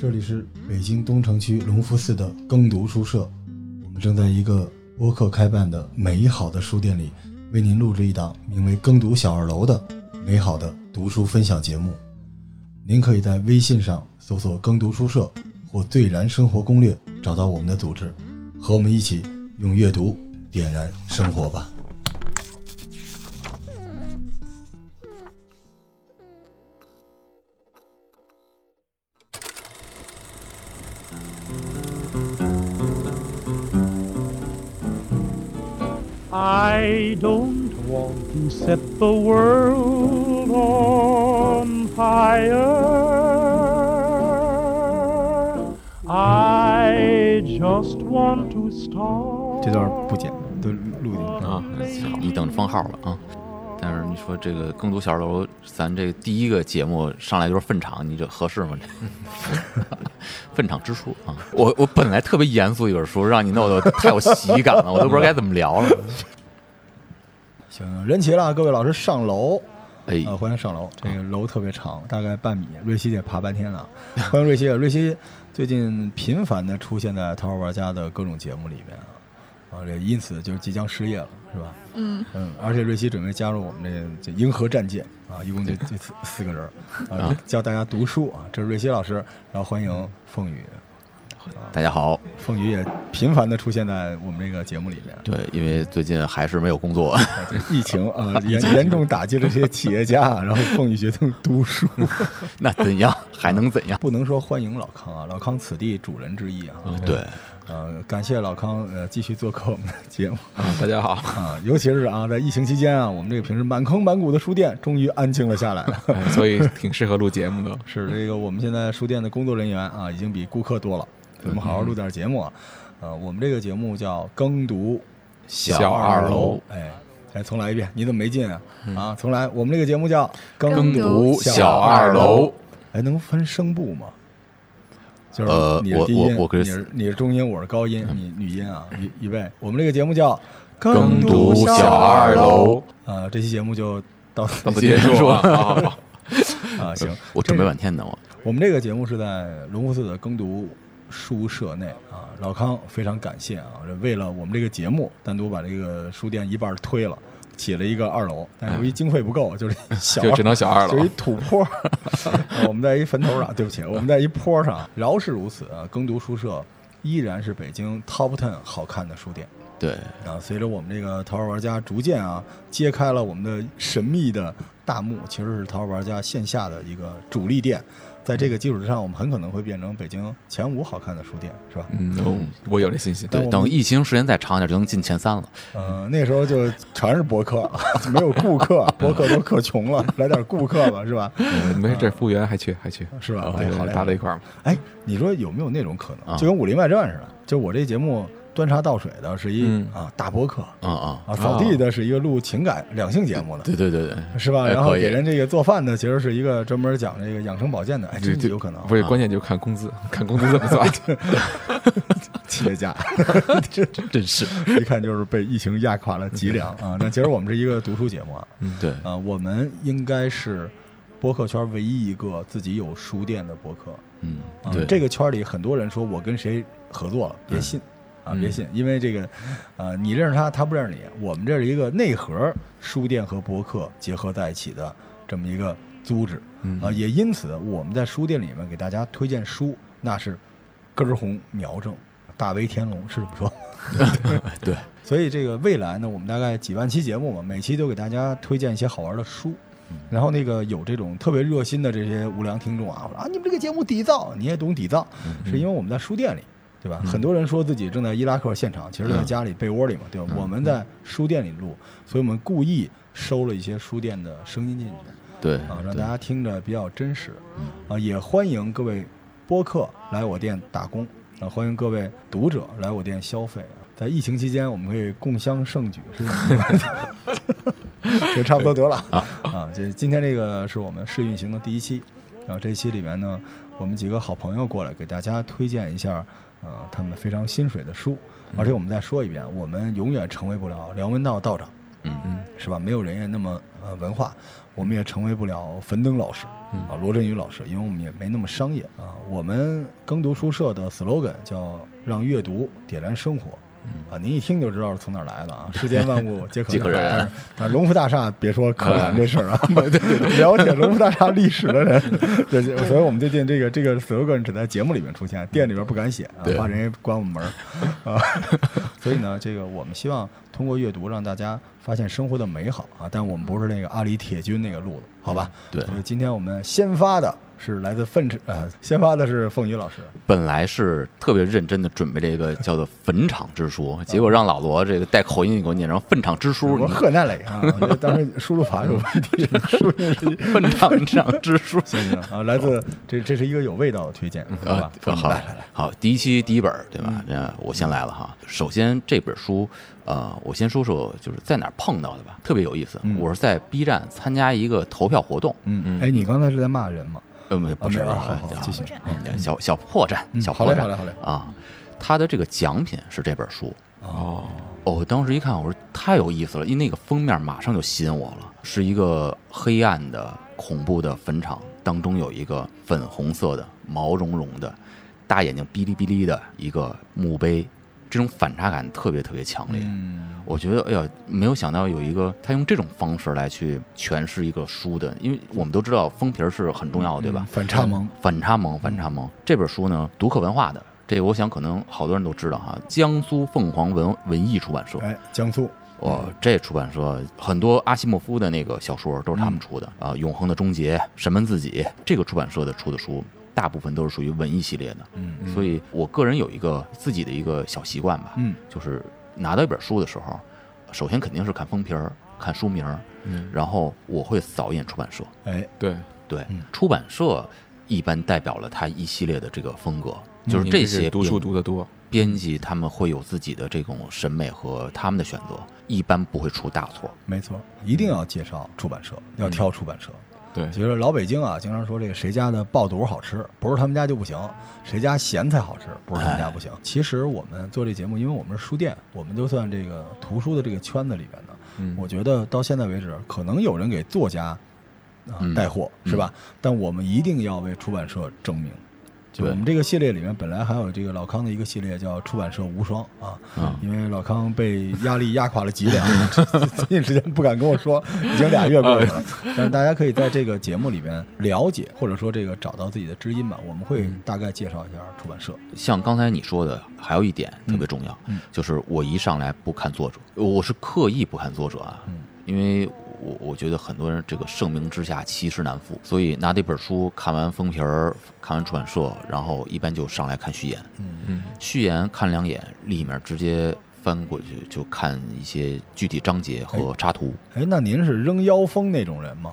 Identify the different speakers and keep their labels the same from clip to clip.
Speaker 1: 这里是北京东城区隆福寺的耕读书社，我们正在一个播客开办的美好的书店里，为您录制一档名为《耕读小二楼》的美好的读书分享节目。您可以在微信上搜索“耕读书社”或“最燃生活攻略”，找到我们的组织，和我们一起用阅读点燃生活吧。
Speaker 2: I don't want to set the world on fire. I just want to start.
Speaker 3: 这段不剪，都录进去。
Speaker 4: 啊，你等着封号了啊！但是你说这个更读小楼，咱这第一个节目上来就是粪场，你这合适吗？ 这粪场之书啊！我我本来特别严肃一本书，让你弄得太有喜感了，我都不知道该怎么聊了。
Speaker 3: 行，人齐了，各位老师上楼
Speaker 4: 哎
Speaker 3: 啊、，欢迎上楼。这个楼特别长，大概半米，瑞希姐爬半天了。欢迎瑞希姐，啊瑞希最近频繁的出现在《桃花玩家》的各种节目里面啊，啊，也因此就是即将失业了，是吧？
Speaker 5: 嗯
Speaker 3: 嗯，而且瑞希准备加入我们这这银河战舰啊，一共就就四四个人儿啊
Speaker 4: 啊，
Speaker 3: 教大家读书啊。这是瑞希老师，然后欢迎凤雨，
Speaker 4: 大家好。
Speaker 3: 凤雨也频繁的出现在我们这个节目里 面。
Speaker 4: 对，因为最近还是没有工作，
Speaker 3: 疫情啊，严严重打击了这些企业家，然后奉与学生读书，
Speaker 4: 那怎样还能怎样？
Speaker 3: 不能说欢迎老康啊，老康此地主人之一啊。
Speaker 6: 嗯
Speaker 4: 对，
Speaker 3: 呃，感谢老康呃继续做客我们的节目
Speaker 6: 啊，大家好，
Speaker 3: 啊，尤其是啊在疫情期间啊，我们这个平时满坑满谷的书店终于安静了下 来了。
Speaker 6: 哎所以挺适合录节目的。
Speaker 3: 是这个我们现在书店的工作人员啊，已经比顾客多了，我们好好录点节目啊。呃，我们这个节目叫耕读
Speaker 6: 小二
Speaker 3: 楼，
Speaker 6: 楼嗯
Speaker 3: 哎。哎，重来一遍，你怎么没进啊？啊，重来！我们这个节目叫《
Speaker 5: 耕读
Speaker 4: 小二楼，
Speaker 3: 哎，能分声部吗？就是
Speaker 4: 呃
Speaker 3: 你是
Speaker 4: 我
Speaker 3: 低音，
Speaker 4: 我我可
Speaker 3: 你
Speaker 4: 是
Speaker 3: 是你是中音，我是高音，你女音啊，预预备。我们这个节目叫《
Speaker 4: 耕读小二楼》，
Speaker 3: 啊，这期节目就到此
Speaker 6: 不结束啊，好好好
Speaker 3: 啊，行，
Speaker 4: 呃我准备半天呢，我
Speaker 3: 我们这个节目是在龙福寺的耕读书社内啊，老康非常感谢啊，为了我们这个节目，单独把这个书店一半儿推了，起了一个二楼，但是由于经费不够， 就是一小
Speaker 6: 哎就只能小二
Speaker 3: 就
Speaker 6: 楼
Speaker 3: 一。土坡儿， 啊我们在一坟头上，对不起，我们在一坡儿上。饶是如此，啊，耕读书社依然是北京 Top Ten 好看的书店。
Speaker 4: 对
Speaker 3: 啊，随着我们这个《桃花玩家》逐渐啊揭开了我们的神秘的大幕，其实是《桃花玩家》线下的一个主力店。在这个基础之上，我们很可能会变成北京前五好看的书店，是吧？
Speaker 6: 嗯，我我有这信心。
Speaker 3: 但
Speaker 4: 对
Speaker 3: 我，们
Speaker 4: 等疫情时间再长一点，就能进前三了。
Speaker 3: 呃，那时候就全是博客， 没有顾客，博客都客穷了，来点顾客吧，是吧？
Speaker 6: 嗯没事，这服务员还缺还缺，
Speaker 3: 是吧
Speaker 6: 啊
Speaker 3: 哎好嘞
Speaker 6: 搭在一块儿嘛。
Speaker 3: 哎，你说有没有那种可能？
Speaker 4: 啊
Speaker 3: 就跟《武林外传》似的，就我这节目端茶倒水的是一、
Speaker 6: 嗯
Speaker 3: 啊大博客
Speaker 4: 啊啊，
Speaker 3: 啊，扫地的是一个录情感两性节目的，
Speaker 4: 对对对对，
Speaker 3: 是吧？
Speaker 4: 哎
Speaker 3: 然后
Speaker 4: 可以
Speaker 3: 给人这个做饭的，其实是一个专门讲这个养生保健的，哎，这
Speaker 6: 这
Speaker 3: 有可能
Speaker 6: 不是关键，就看工资，看工资怎么算。
Speaker 3: 企业家，
Speaker 4: 真是
Speaker 3: 一看就是被疫情压垮了脊梁啊。那其实我们是一个读书节目啊，
Speaker 4: 对。
Speaker 3: 啊，我们应该是播客圈唯一一个自己有书店的播客
Speaker 4: 嗯
Speaker 3: 啊，。
Speaker 4: 对，
Speaker 3: 这个圈里很多人说我跟谁合作了，别信。啊，别信，因为这个，呃，你认识他，他不认识你。我们这是一个内核书店和博客结合在一起的这么一个组织。
Speaker 6: 嗯
Speaker 3: 啊，也因此我们在书店里面给大家推荐书，那是根儿红苗正，大为天龙是这么说。
Speaker 4: 对，
Speaker 3: 所以这个未来呢，我们大概几万期节目嘛，每期都给大家推荐一些好玩的书。然后那个有这种特别热心的这些无良听众啊，我说啊，你们这个节目底噪，你也懂底噪，是因为我们在书店里，对吧？很多人说自己正在伊拉克现场，其实在家里被窝里嘛，对吧？我们在书店里录，所以我们故意收了一些书店的声音进去。
Speaker 4: 对
Speaker 3: 啊，让
Speaker 4: 对嗯
Speaker 3: 大家听着比较真实。啊，也欢迎各位播客来我店打工，啊，欢迎各位读者来我店消费啊。在疫情期间，我们可以共襄盛举，是吧？ 也差不多得了 啊。这今天这个是我们试运行的第一期，然后这一期里面呢，我们几个好朋友过来给大家推荐一下，呃，他们非
Speaker 4: 嗯
Speaker 3: 常心水的书。而且我们再说一遍，我们永远成为不了梁文道道长，
Speaker 4: 嗯，
Speaker 6: 嗯，
Speaker 3: 是吧？没有人家那么呃文化，我们也成为不了汾登老师啊，罗振宇老师，因为我们也没那么商业啊。我们耕读书社的 slogan 叫“让阅读点燃生活”。啊，您一听就知道是从哪儿来的啊！世间万物皆可
Speaker 4: 皆可
Speaker 3: 燃
Speaker 4: 燃
Speaker 3: 但是但啊是龙福大厦别说可
Speaker 4: 嗯
Speaker 3: 燃这事儿啊， 了解龙福大厦历史的人，对，所以我们最近这个这个 slogan 只在节目里面出现，店里边不敢写，啊、
Speaker 6: 对
Speaker 3: 怕人家关我们门儿啊。 所以呢，这个我们希望通过阅读让大家发现生活的美好啊，但我们不是那个阿里铁军那个路子，好吧？
Speaker 4: 嗯对
Speaker 3: 所以今天我们先发的是来自粪池，呃，先发的是凤宇老师，
Speaker 4: 本来是特别认真的准备这个叫做“坟场之书”，结果让老罗这个带口音给我念成“粪场之书”，
Speaker 3: 啊 我
Speaker 4: 你嗯
Speaker 3: 河南嘞啊，我觉得当时输入法有问题，输入是
Speaker 4: “粪场上之书”。
Speaker 3: 行行啊，来自这这是一个有味道的推荐，好吧
Speaker 4: 啊？，好，好，第一期第一本儿，对
Speaker 3: 嗯
Speaker 4: 吧？那我先来了哈。首先这本书，呃，我先说说就是在哪儿碰到的吧，特别有意思。我是在 B 站参加一个投票活动，
Speaker 3: 嗯嗯，哎，你刚才是在骂人吗？
Speaker 4: 呃，不不是，
Speaker 3: 没有哦好
Speaker 4: 啊
Speaker 3: 好
Speaker 4: 啊
Speaker 3: 继续
Speaker 4: 嗯小小破绽，小
Speaker 3: 好
Speaker 4: 破
Speaker 3: 嘞，好
Speaker 4: 绽
Speaker 3: 嘞，好嘞，
Speaker 4: 啊。它的这个奖品是这本书，
Speaker 6: 哦，
Speaker 4: 哦，我当时一看，我说太有意思了，因为那个封面马上就吸引我了，是一个黑暗的、恐怖的坟场，当中有一个粉红色的、毛茸茸的、大眼睛哔哩哔哩的一个墓碑，这种反差感特别特别强烈。
Speaker 3: 嗯，
Speaker 4: 我觉得，哎呀，没有想到有一个他用这种方式来去诠释一个书的，因为我们都知道封皮儿是很重要的，对
Speaker 3: 嗯
Speaker 4: 吧？
Speaker 3: 反差萌，
Speaker 4: 反差萌，反差萌。这本书呢，读客文化的，这个我想可能好多人都知道哈，江苏凤凰文文艺出版社。
Speaker 3: 哎，江苏，
Speaker 4: 哇，这出版社很多阿西莫夫的那个小说都是他们出的啊，永恒的终结》《神门自己》这个出版社的出的书，大部分都是属于文艺系列的。
Speaker 3: 嗯
Speaker 4: 所以我个人有一个自己的一个小习惯吧，
Speaker 3: 嗯，
Speaker 4: 就是拿到一本书的时候，首先肯定是看封皮儿、看书名儿，
Speaker 6: 嗯
Speaker 4: 然后我会扫一眼出版社。
Speaker 3: 哎，
Speaker 6: 对，
Speaker 4: 对
Speaker 3: 嗯，
Speaker 4: 出版社一般代表了它一系列的这个风格，
Speaker 6: 嗯你
Speaker 4: 就是
Speaker 6: 们
Speaker 4: 这些
Speaker 6: 读
Speaker 4: 编
Speaker 6: 书读的多，
Speaker 4: 编辑他们会有自己的这种审美和他们的选择，一般不会出大错。
Speaker 3: 没错，一定要介绍出版社，
Speaker 4: 嗯
Speaker 3: 要挑出版社。
Speaker 6: 对，
Speaker 3: 觉得老北京啊，经常说这个谁家的爆肚好吃，不是他们家就不行；谁家咸菜好吃，不是他们家不
Speaker 4: 哎
Speaker 3: 行。其实我们做这节目，因为我们是书店，我们就算这个图书的这个圈子里边的。
Speaker 6: 嗯
Speaker 3: 我觉得到现在为止，可能有人给作家啊、
Speaker 4: 嗯
Speaker 3: 带货是吧？但我们一定要为出版社证明。就
Speaker 4: 对
Speaker 3: 我们这个系列里面，本来还有这个老康的一个系列叫《出版社无双》啊，
Speaker 4: 嗯
Speaker 3: 因为老康被压力压垮了脊梁，最近时间不敢跟我说，已经俩月过去了。但是大家可以在这个节目里边了解，或者说这个找到自己的知音吧。我们会大概介绍一下出版社。
Speaker 4: 像刚才你说的，还有一点特别重要，就是我一上来不看作者，我是刻意不看作者啊，因为我我觉得很多人这个盛名之下其实难副，所以拿这本书看完封皮儿，看完出版社，然后一般就上来看序言，
Speaker 6: 嗯
Speaker 4: 序言看两眼，里面直接翻过去就看一些具体章节和插图，
Speaker 3: 哎，那您是扔妖风那种人吗？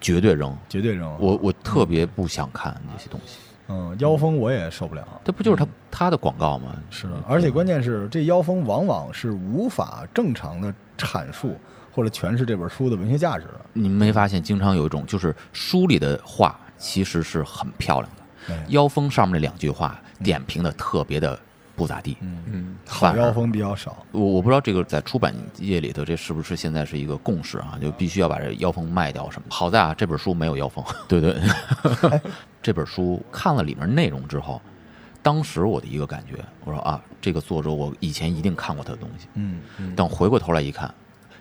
Speaker 4: 绝对扔。
Speaker 3: 绝对扔啊。
Speaker 4: 我我特别不想看这些东西，
Speaker 3: 嗯，妖风我也受不了。
Speaker 4: 这不就
Speaker 6: 嗯
Speaker 4: 是他他的广告吗？
Speaker 3: 是的，而且关键是这妖风往往是无法正常的阐述或者诠释这本书的文学价值的。
Speaker 4: 你们没发现经常有一种就是书里的画其实是很漂亮的，
Speaker 3: 哎
Speaker 4: 妖风上面那两句话点评的特别的不咋地，
Speaker 6: 嗯，
Speaker 3: 好
Speaker 4: 反
Speaker 3: 妖
Speaker 4: 而
Speaker 3: 风比较少。
Speaker 4: 我我不知道这个在出版业里头，这是不是现在是一个共识啊？就必须要把这妖风卖掉什么？好在啊，这本书没有妖风。 对对， 这本书看了里面内容之后，当时我的一个感觉，我说啊，这个作者我以前一定看过他的东西，
Speaker 3: 嗯，
Speaker 4: 但回过头来一看，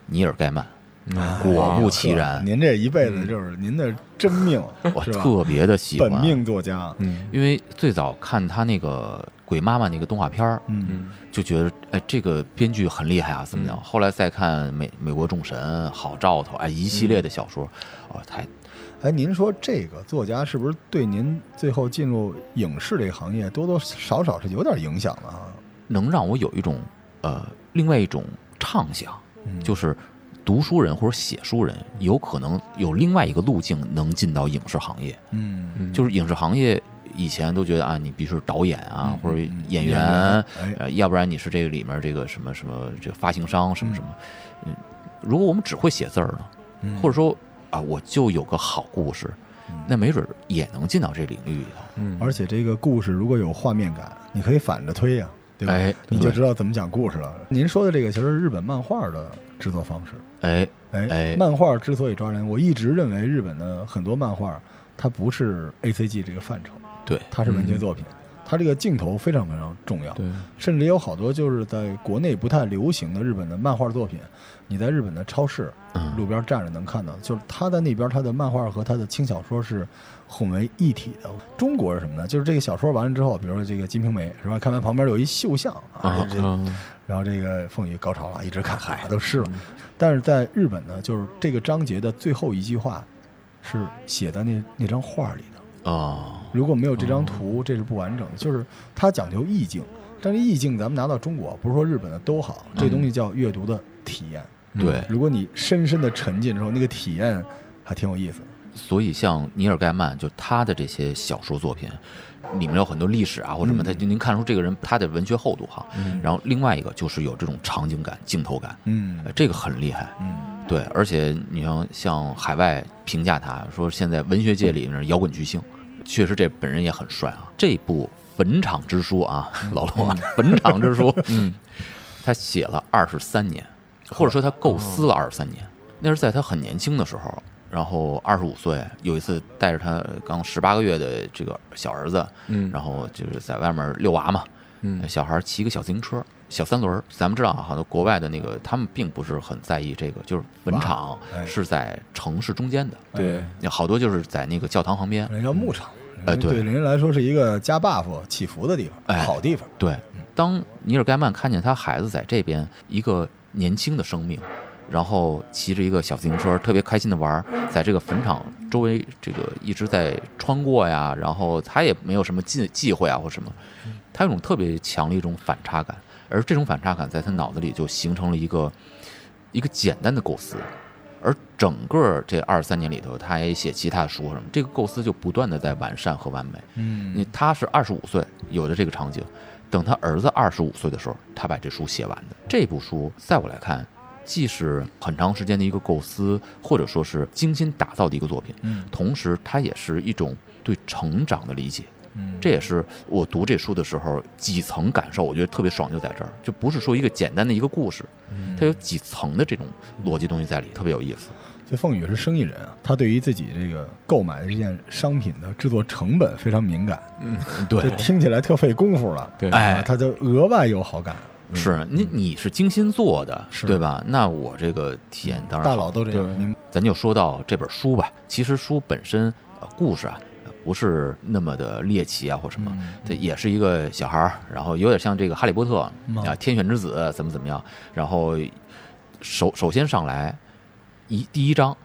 Speaker 4: 尼尔盖曼，
Speaker 3: 哎
Speaker 4: 果不其然，嗯
Speaker 3: 您这一辈子就是您的真命，
Speaker 4: 我
Speaker 3: 是吧？
Speaker 4: 特别的喜欢
Speaker 3: 本，命作家。
Speaker 6: 嗯
Speaker 4: 因为最早看他那个《鬼妈妈》那个动画片儿，
Speaker 3: 嗯，
Speaker 4: 就觉得哎，这个编剧很厉害啊，怎么样？后来再看美美国众神、好兆头，哎，一系列
Speaker 3: 嗯
Speaker 4: 的小说，哦，太
Speaker 3: 哎，您说这个作家是不是对您最后进入影视这个行业多多少少是有点影响的啊？
Speaker 4: 能让我有一种呃，另外一种畅想，就是读书人或者写书人有可能有另外一个路径能进到影视行业，
Speaker 3: 嗯，
Speaker 6: 嗯，
Speaker 4: 就是影视行业。以前都觉得啊，你必须是导演
Speaker 3: 嗯
Speaker 4: 啊，或者演员，
Speaker 3: 哎
Speaker 4: 呃，要不然你是这个里面这个什么什么这个发行商什么什么，嗯，如果我们只会写字儿呢，或者说啊，我就有个好故事，那没准儿也能进到这领域里头。
Speaker 6: 嗯，
Speaker 3: 而且这个故事如果有画面感，你可以反着推呀、啊对吧？
Speaker 4: 哎，
Speaker 3: 你就
Speaker 4: 对
Speaker 3: 知道怎么讲故事了。您说的这个其实是日本漫画的制作方式。
Speaker 4: 哎
Speaker 3: 哎，
Speaker 4: 哎
Speaker 3: 漫画之所以抓人，我一直认为日本的很多漫画它不是 A C G 这个范畴，
Speaker 4: 对，
Speaker 3: 它是文学作品，它这个镜头非常非常重要。
Speaker 6: 对，
Speaker 3: 甚至也有好多就是在国内不太流行的日本的漫画作品，你在日本的超市
Speaker 4: 嗯
Speaker 3: 路边站着能看到，就是他在那边他的漫画和他的轻小说是混为一体的。中国是什么呢？就是这个小说完了之后，比如说这个《金瓶梅》是吧？看完旁边有一绣像啊
Speaker 6: 啊，
Speaker 3: 这
Speaker 4: 嗯
Speaker 3: 然后这个凤雨高潮了，一直看，嗨，都湿了。但是在日本呢，就是这个章节的最后一句话是写在那那张画里的。
Speaker 4: 哦，
Speaker 3: 如果没有这张图，这是不完整的。就是它讲究意境，但是意境咱们拿到中国，不是说日本的都好，这东西叫阅读的体验。
Speaker 4: 嗯对，
Speaker 3: 如果你深深的沉浸之后，那个体验还挺有意思。
Speaker 4: 所以像尼尔盖曼，就他的这些小说作品，里面有很多历史啊或什么，他就能看出这个人他的文学厚度哈。然后另外一个就是有这种场景感、镜头感，
Speaker 3: 嗯
Speaker 4: 呃这个很厉害。
Speaker 3: 嗯，
Speaker 4: 对，而且你像像海外评价他说，现在文学界里面摇滚巨星，确实这本人也很帅啊。这部《本场之书》啊，老罗啊，《本场之书》，嗯，他写了二十三年，
Speaker 6: 哦
Speaker 4: 或者说他构思了二十三年。那是在他很年轻的时候，然后二十五岁，有一次带着他刚十八个月的这个小儿子，
Speaker 6: 嗯
Speaker 4: 然后就是在外面遛娃嘛，
Speaker 6: 嗯
Speaker 4: 小孩骑个小自行车，小三轮儿。咱们知道啊，好多国外的那个他们并不是很在意这个，就是坟场
Speaker 3: 哎
Speaker 4: 是在城市中间的，
Speaker 6: 对，
Speaker 4: 那好多就是在那个教堂旁边。
Speaker 3: 人家叫牧场，
Speaker 4: 哎对
Speaker 3: 对人家来说是一个加 buff 起伏的地方，
Speaker 4: 哎
Speaker 3: 好地方。
Speaker 4: 对，当尼尔盖曼看见他孩子在这边一个年轻的生命，然后骑着一个小自行车，特别开心的玩儿，在这个坟场周围这个一直在穿过呀，然后他也没有什么忌忌讳啊或什么，他有种特别强的一种反差感，而这种反差感在他脑子里就形成了一个一个简单的构思。而整个这二十三年里头，他也写其他的书什么，这个构思就不断的在完善和完美。
Speaker 3: 嗯
Speaker 4: 你他是二十五岁有的这个场景，等他儿子二十五岁的时候，他把这书写完的。这部书在我来看，既是很长时间的一个构思，或者说是精心打造的一个作品，
Speaker 3: 嗯
Speaker 4: 同时它也是一种对成长的理解。
Speaker 3: 嗯，
Speaker 4: 这也是我读这书的时候几层感受，我觉得特别爽，就在这儿，就不是说一个简单的一个故事，
Speaker 3: 嗯
Speaker 4: 它有几层的这种逻辑东西在里，特别有意思。
Speaker 3: 这凤雨是生意人啊，他对于自己这个购买的这件商品的制作成本非常敏感，这
Speaker 4: 嗯对，
Speaker 3: 听起来特费功夫了。
Speaker 6: 对
Speaker 3: 啊他就额外有好感。
Speaker 4: 啊是你你是精心做的，
Speaker 3: 嗯是
Speaker 4: 对吧？那我这个体验当然
Speaker 3: 大
Speaker 4: 好
Speaker 3: 佬都这样，
Speaker 6: 对
Speaker 3: 你们
Speaker 4: 咱就说到这本书吧。其实书本身，呃，故事啊，呃不是那么的猎奇啊或什么，这也是一个小孩儿，然后有点像这个《哈利波特》啊，天选之子怎么怎么样。然后首首先上来一第一章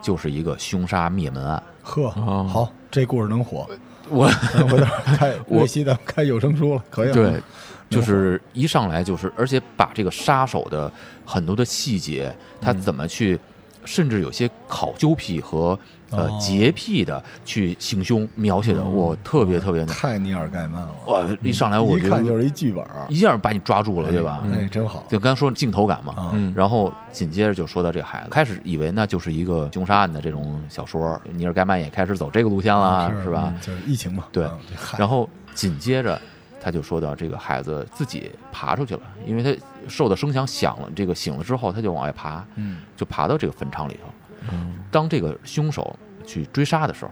Speaker 4: 就是一个凶杀灭门案，
Speaker 3: 呵，
Speaker 6: 哦
Speaker 3: 好，这故事能火，
Speaker 4: 我
Speaker 3: 咱回头开
Speaker 4: 我
Speaker 3: 瑞希咱们开有声书了，可以了。
Speaker 4: 对，就是一上来就是，而且把这个杀手的很多的细节，他怎么去，甚至有些考究癖和呃
Speaker 3: 哦嗯
Speaker 4: 洁癖的去行凶描写的，我特别特别的，
Speaker 3: 太尼尔盖曼了，
Speaker 4: 哇！一上来我
Speaker 3: 一
Speaker 4: 觉
Speaker 3: 看
Speaker 4: 得
Speaker 3: 就是一剧本儿，
Speaker 4: 一下把你抓住了，对吧？
Speaker 3: 哎，真好。
Speaker 4: 就刚才说镜头感嘛，
Speaker 3: 啊
Speaker 6: 嗯
Speaker 4: 然后紧接着就说到这孩子，开始以为那就是一个凶杀案的这种小说，尼尔盖曼也开始走这个路线了，啊是吧？
Speaker 3: 嗯就是疫情嘛，
Speaker 4: 对
Speaker 3: 啊，这嗨
Speaker 4: 然后紧接着他就说到这个孩子自己爬出去了，因为他受到声响响了，这个醒了之后他就往外爬，
Speaker 3: 嗯，
Speaker 4: 就爬到这个坟场里头。当这个凶手去追杀的时候，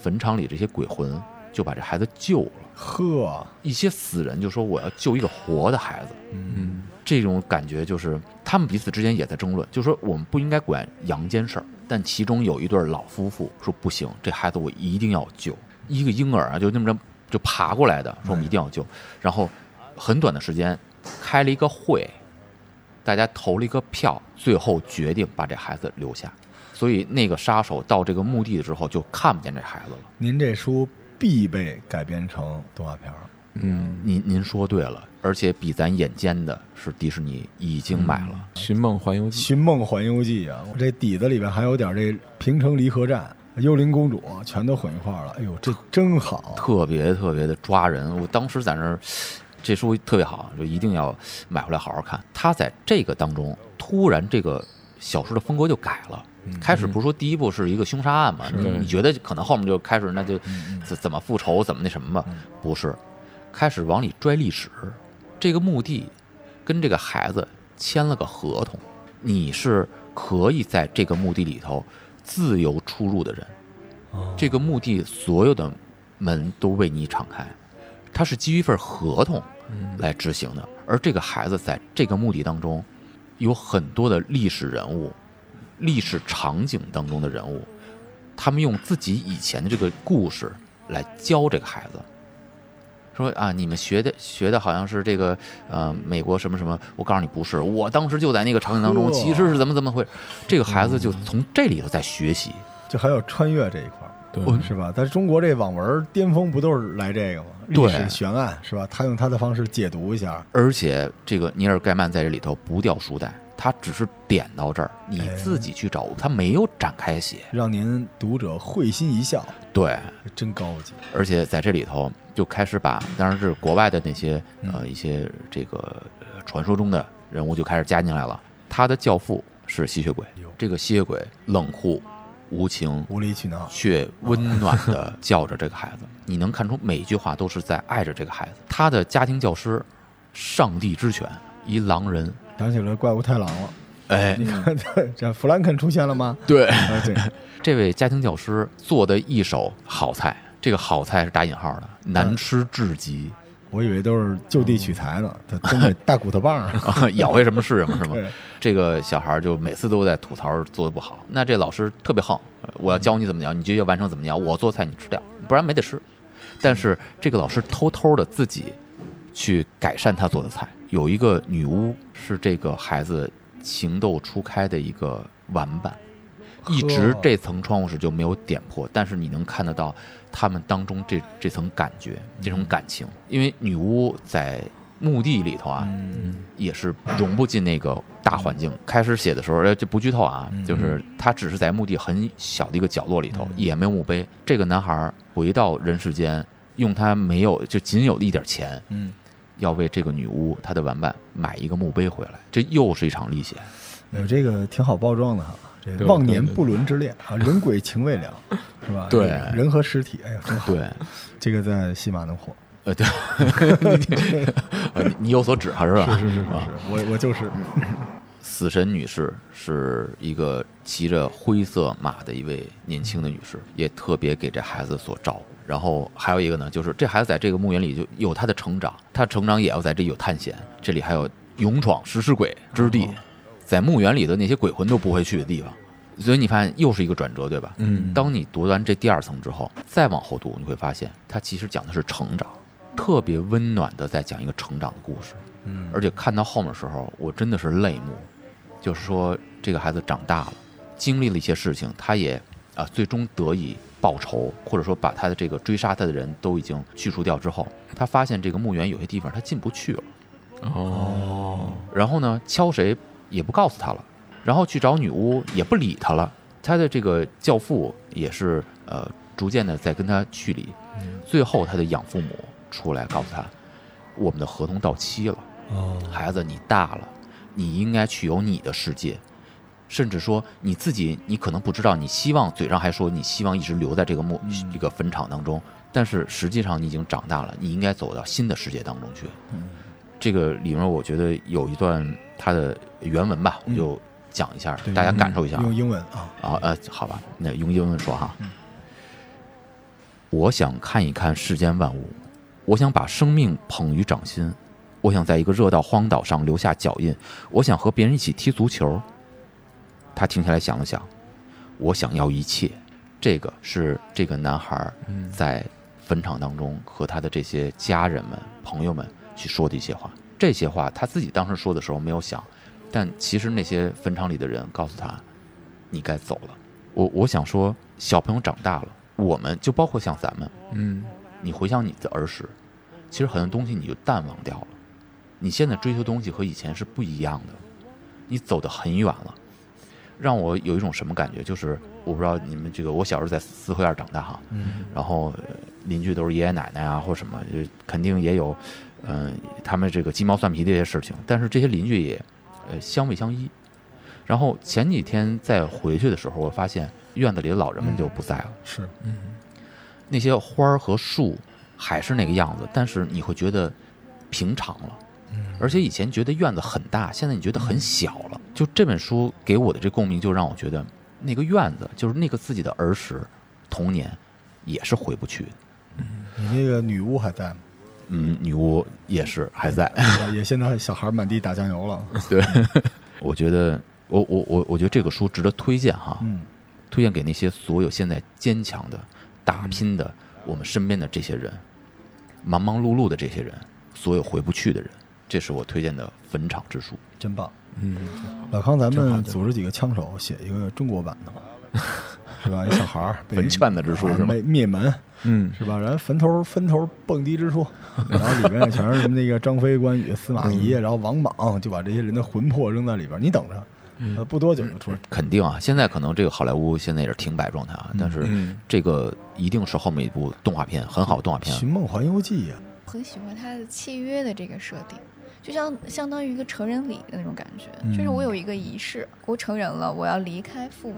Speaker 4: 坟场里这些鬼魂就把这孩子救了。
Speaker 3: 呵，
Speaker 4: 一些死人就说我要救一个活的孩子，
Speaker 6: 嗯
Speaker 4: 这种感觉就是他们彼此之间也在争论，就说我们不应该管阳间事儿，但其中有一对老夫妇说不行，这孩子我一定要救，一个婴儿啊就那么着就爬过来的，说我们一定要救，然后很短的时间开了一个会，大家投了一个票，最后决定把这孩子留下，所以那个杀手到这个墓地之后就看不见这孩子了。
Speaker 3: 您这书必被改编成动画片儿，
Speaker 6: 嗯，
Speaker 4: 您您说对了，而且比咱眼尖的是迪士尼已经买了。
Speaker 6: 《寻梦环游
Speaker 3: 《
Speaker 6: 记》
Speaker 3: 嗯寻梦环游记》啊，我这底子里边还有点这《平城离合战》《幽灵公主》全都混一块儿了，哎呦，这真好，
Speaker 4: 特别特别的抓人。我当时在那儿，这书特别好，就一定要买回来好好看。他在这个当中，突然这个小说的风格就改了。开始不是说第一部是一个凶杀案嘛？你你觉得可能后面就开始那就怎怎么复仇怎么那什么嘛？不是，开始往里拽历史，这个墓地跟这个孩子签了个合同，你是可以在这个墓地里头自由出入的人。这个墓地所有的门都为你敞开，它是基于一份合同来执行的。而这个孩子在这个墓地当中，有很多的历史人物、历史场景当中的人物，他们用自己以前的这个故事来教这个孩子。说啊，你们学的学的好像是这个，呃，美国什么什么？我告诉你不是，我当时就在那个场景当中，
Speaker 3: 呵
Speaker 4: 其实是怎么怎么回事。这个孩子就从这里头在学习，
Speaker 3: 就还有穿越这一块儿，
Speaker 6: 对
Speaker 4: 我
Speaker 3: 是吧？但是中国这网文儿巅峰不都是来这个吗？历
Speaker 4: 对
Speaker 3: 史悬案是吧？他用他的方式解读一下，
Speaker 4: 而且这个尼尔盖曼在这里头不掉书袋，他只是点到这儿，你
Speaker 3: 哎
Speaker 4: 自己去找，他没有展开写。
Speaker 3: 让您读者会心一笑，
Speaker 4: 对，
Speaker 3: 真高级。
Speaker 4: 而且在这里头就开始把，当然是国外的那些呃一些这个呃传说中的人物就开始加进来了。他的教父是吸血鬼，这个吸血鬼冷酷、无情，
Speaker 3: 无理取闹，
Speaker 4: 却温暖的叫着这个孩子。你能看出每一句话都是在爱着这个孩子。他的家庭教师，上帝之犬，一狼人。
Speaker 3: 想起了怪物太郎了。
Speaker 4: 哎
Speaker 3: 你，看，这弗兰肯出现了吗？
Speaker 4: 对，
Speaker 3: 啊，对，
Speaker 4: 这位家庭教师做的一手好菜，这个好菜是打引号的，难吃至极，
Speaker 3: 我以为都是就地取材呢，他东北大骨头棒儿。
Speaker 4: 咬为什么是什么，是吗
Speaker 3: 对？
Speaker 4: 这个小孩就每次都在吐槽做的不好，那这老师特别横，呃我要教你怎么咬，你就要完成怎么咬，我做菜你吃掉，不然没得吃。但是这个老师偷偷的自己去改善他做的菜。有一个女巫是这个孩子情窦初开的一个玩伴，一直这层窗户纸就没有点破，但是你能看得到他们当中这这层感觉、这种感情，因为女巫在墓地里头啊，也是融不进那个大环境。开始写的时候，呃，这不剧透啊，就是他只是在墓地很小的一个角落里头，也没有墓碑。这个男孩回到人世间，用他没有就仅有的一点钱，
Speaker 3: 嗯，
Speaker 4: 要为这个女巫她的玩伴买一个墓碑回来，这又是一场 历险。
Speaker 3: 有这个挺好包装的哈，这
Speaker 6: 对
Speaker 3: 忘年不伦之恋啊，人鬼情未了，是吧？
Speaker 4: 对
Speaker 3: 人和尸体，哎呀，很好，
Speaker 4: 对，
Speaker 3: 这个在戏码能火。
Speaker 4: 呃， 对，你你你有所指还是吧？
Speaker 3: 是是是是，我我就是
Speaker 4: 死神女士是一个骑着灰色马的一位年轻的女士，也特别给这孩子所照顾。然后还有一个呢，就是这孩子在这个墓园里就有他的成长，他成长也要在这有探险。这里还有勇闯食尸鬼之地，在墓园里的那些鬼魂都不会去的地方。所以你发现又是一个转折，对吧？
Speaker 6: 嗯，
Speaker 4: 当你读完这第二层之后，再往后读，你会发现它其实讲的是成长，特别温暖的在讲一个成长的故事。嗯，而且看到后面的时候，我真的是泪目，就是说这个孩子长大了，经历了一些事情，他也啊最终得以报仇，或者说把他的这个追杀他的人都已经去除掉之后，他发现这个墓园有些地方他进不去了。
Speaker 6: 哦，
Speaker 4: 然后呢，敲谁也不告诉他了，然后去找女巫也不理他了。他的这个教父也是呃，逐渐的在跟他去理。最后，他的养父母出来告诉他，我们的合同到期了，孩子你大了，你应该去有你的世界。甚至说你自己，你可能不知道，你希望嘴上还说你希望一直留在这个墓、这个坟场当中，但是实际上你已经长大了，你应该走到新的世界当中去。这个里面我觉得有一段它的原文吧，我就讲一下，大家感受一下啊。
Speaker 3: 用英文啊，
Speaker 4: 啊，呃，好吧，那用英文说哈。我想看一看世间万物，我想把生命捧于掌心，我想在一个热到荒岛上留下脚印，我想和别人一起踢足球。他停下来想了想，我想要一切。这个是这个男孩
Speaker 6: 嗯
Speaker 4: 在坟场当中和他的这些家人们、朋友们去说的一些话。这些话他自己当时说的时候没有想，但其实那些坟场里的人告诉他，你该走了。我我想说，小朋友长大了，我们就包括像咱们，
Speaker 6: 嗯，
Speaker 4: 你回想你的儿时，其实很多东西你就淡忘掉了。你现在追求的东西和以前是不一样的，你走得很远了。让我有一种什么感觉，就是我不知道你们这个，我小时候在四合院长大哈，然后呃邻居都是爷爷奶奶啊或什么，就肯定也有，嗯、他们这个鸡毛蒜皮的一些事情，但是这些邻居也，呃，相偎相依。然后前几天再回去的时候，我发现院子里的老人们就不在了，
Speaker 3: 是
Speaker 4: 那些花儿和树还是那个样子，但是你会觉得平常了。而且以前觉得院子很大，现在你觉得很小了。就这本书给我的这共鸣，就让我觉得那个院子，就是那个自己的儿时、童年，也是回不去的。
Speaker 3: 你那个女巫还在吗？
Speaker 4: 嗯，女巫也是还在。
Speaker 3: 也现在小孩满地打酱油了。
Speaker 4: 对，我觉得我我我我觉得这个书值得推荐哈，
Speaker 3: 嗯，
Speaker 4: 推荐给那些所有现在坚强的、打拼的我们身边的这些人，忙忙碌碌的这些人，所有回不去的人，这是我推荐的坟场之书。
Speaker 3: 真棒。
Speaker 6: 嗯，
Speaker 3: 老康，咱
Speaker 6: 挺好
Speaker 3: 们
Speaker 6: 的
Speaker 3: 组织几个枪手写一个中国版的 吧，是吧？一小孩儿被
Speaker 4: 坟圈子之书是吗
Speaker 3: 被灭门
Speaker 6: 嗯，
Speaker 3: 是吧？然后坟头坟头蹦迪 之书，然后里面全是什么那个张飞、关羽、司马懿，然后王莽，就把这些人的魂魄扔在里边儿。你等着，呃，不多久就出。
Speaker 4: 肯定啊，现在可能这个好莱坞现在也是停摆状态啊，但是
Speaker 6: 嗯
Speaker 4: 这个一定是后面一部动画片，很好的动画
Speaker 3: 《
Speaker 4: 片。
Speaker 3: 寻梦环游记》呀，
Speaker 5: 很喜欢它的契约的这个设定，就像相当于一个成人礼的那种感觉，
Speaker 3: 嗯
Speaker 5: 就是我有一个仪式，我成人了，我要离开父母，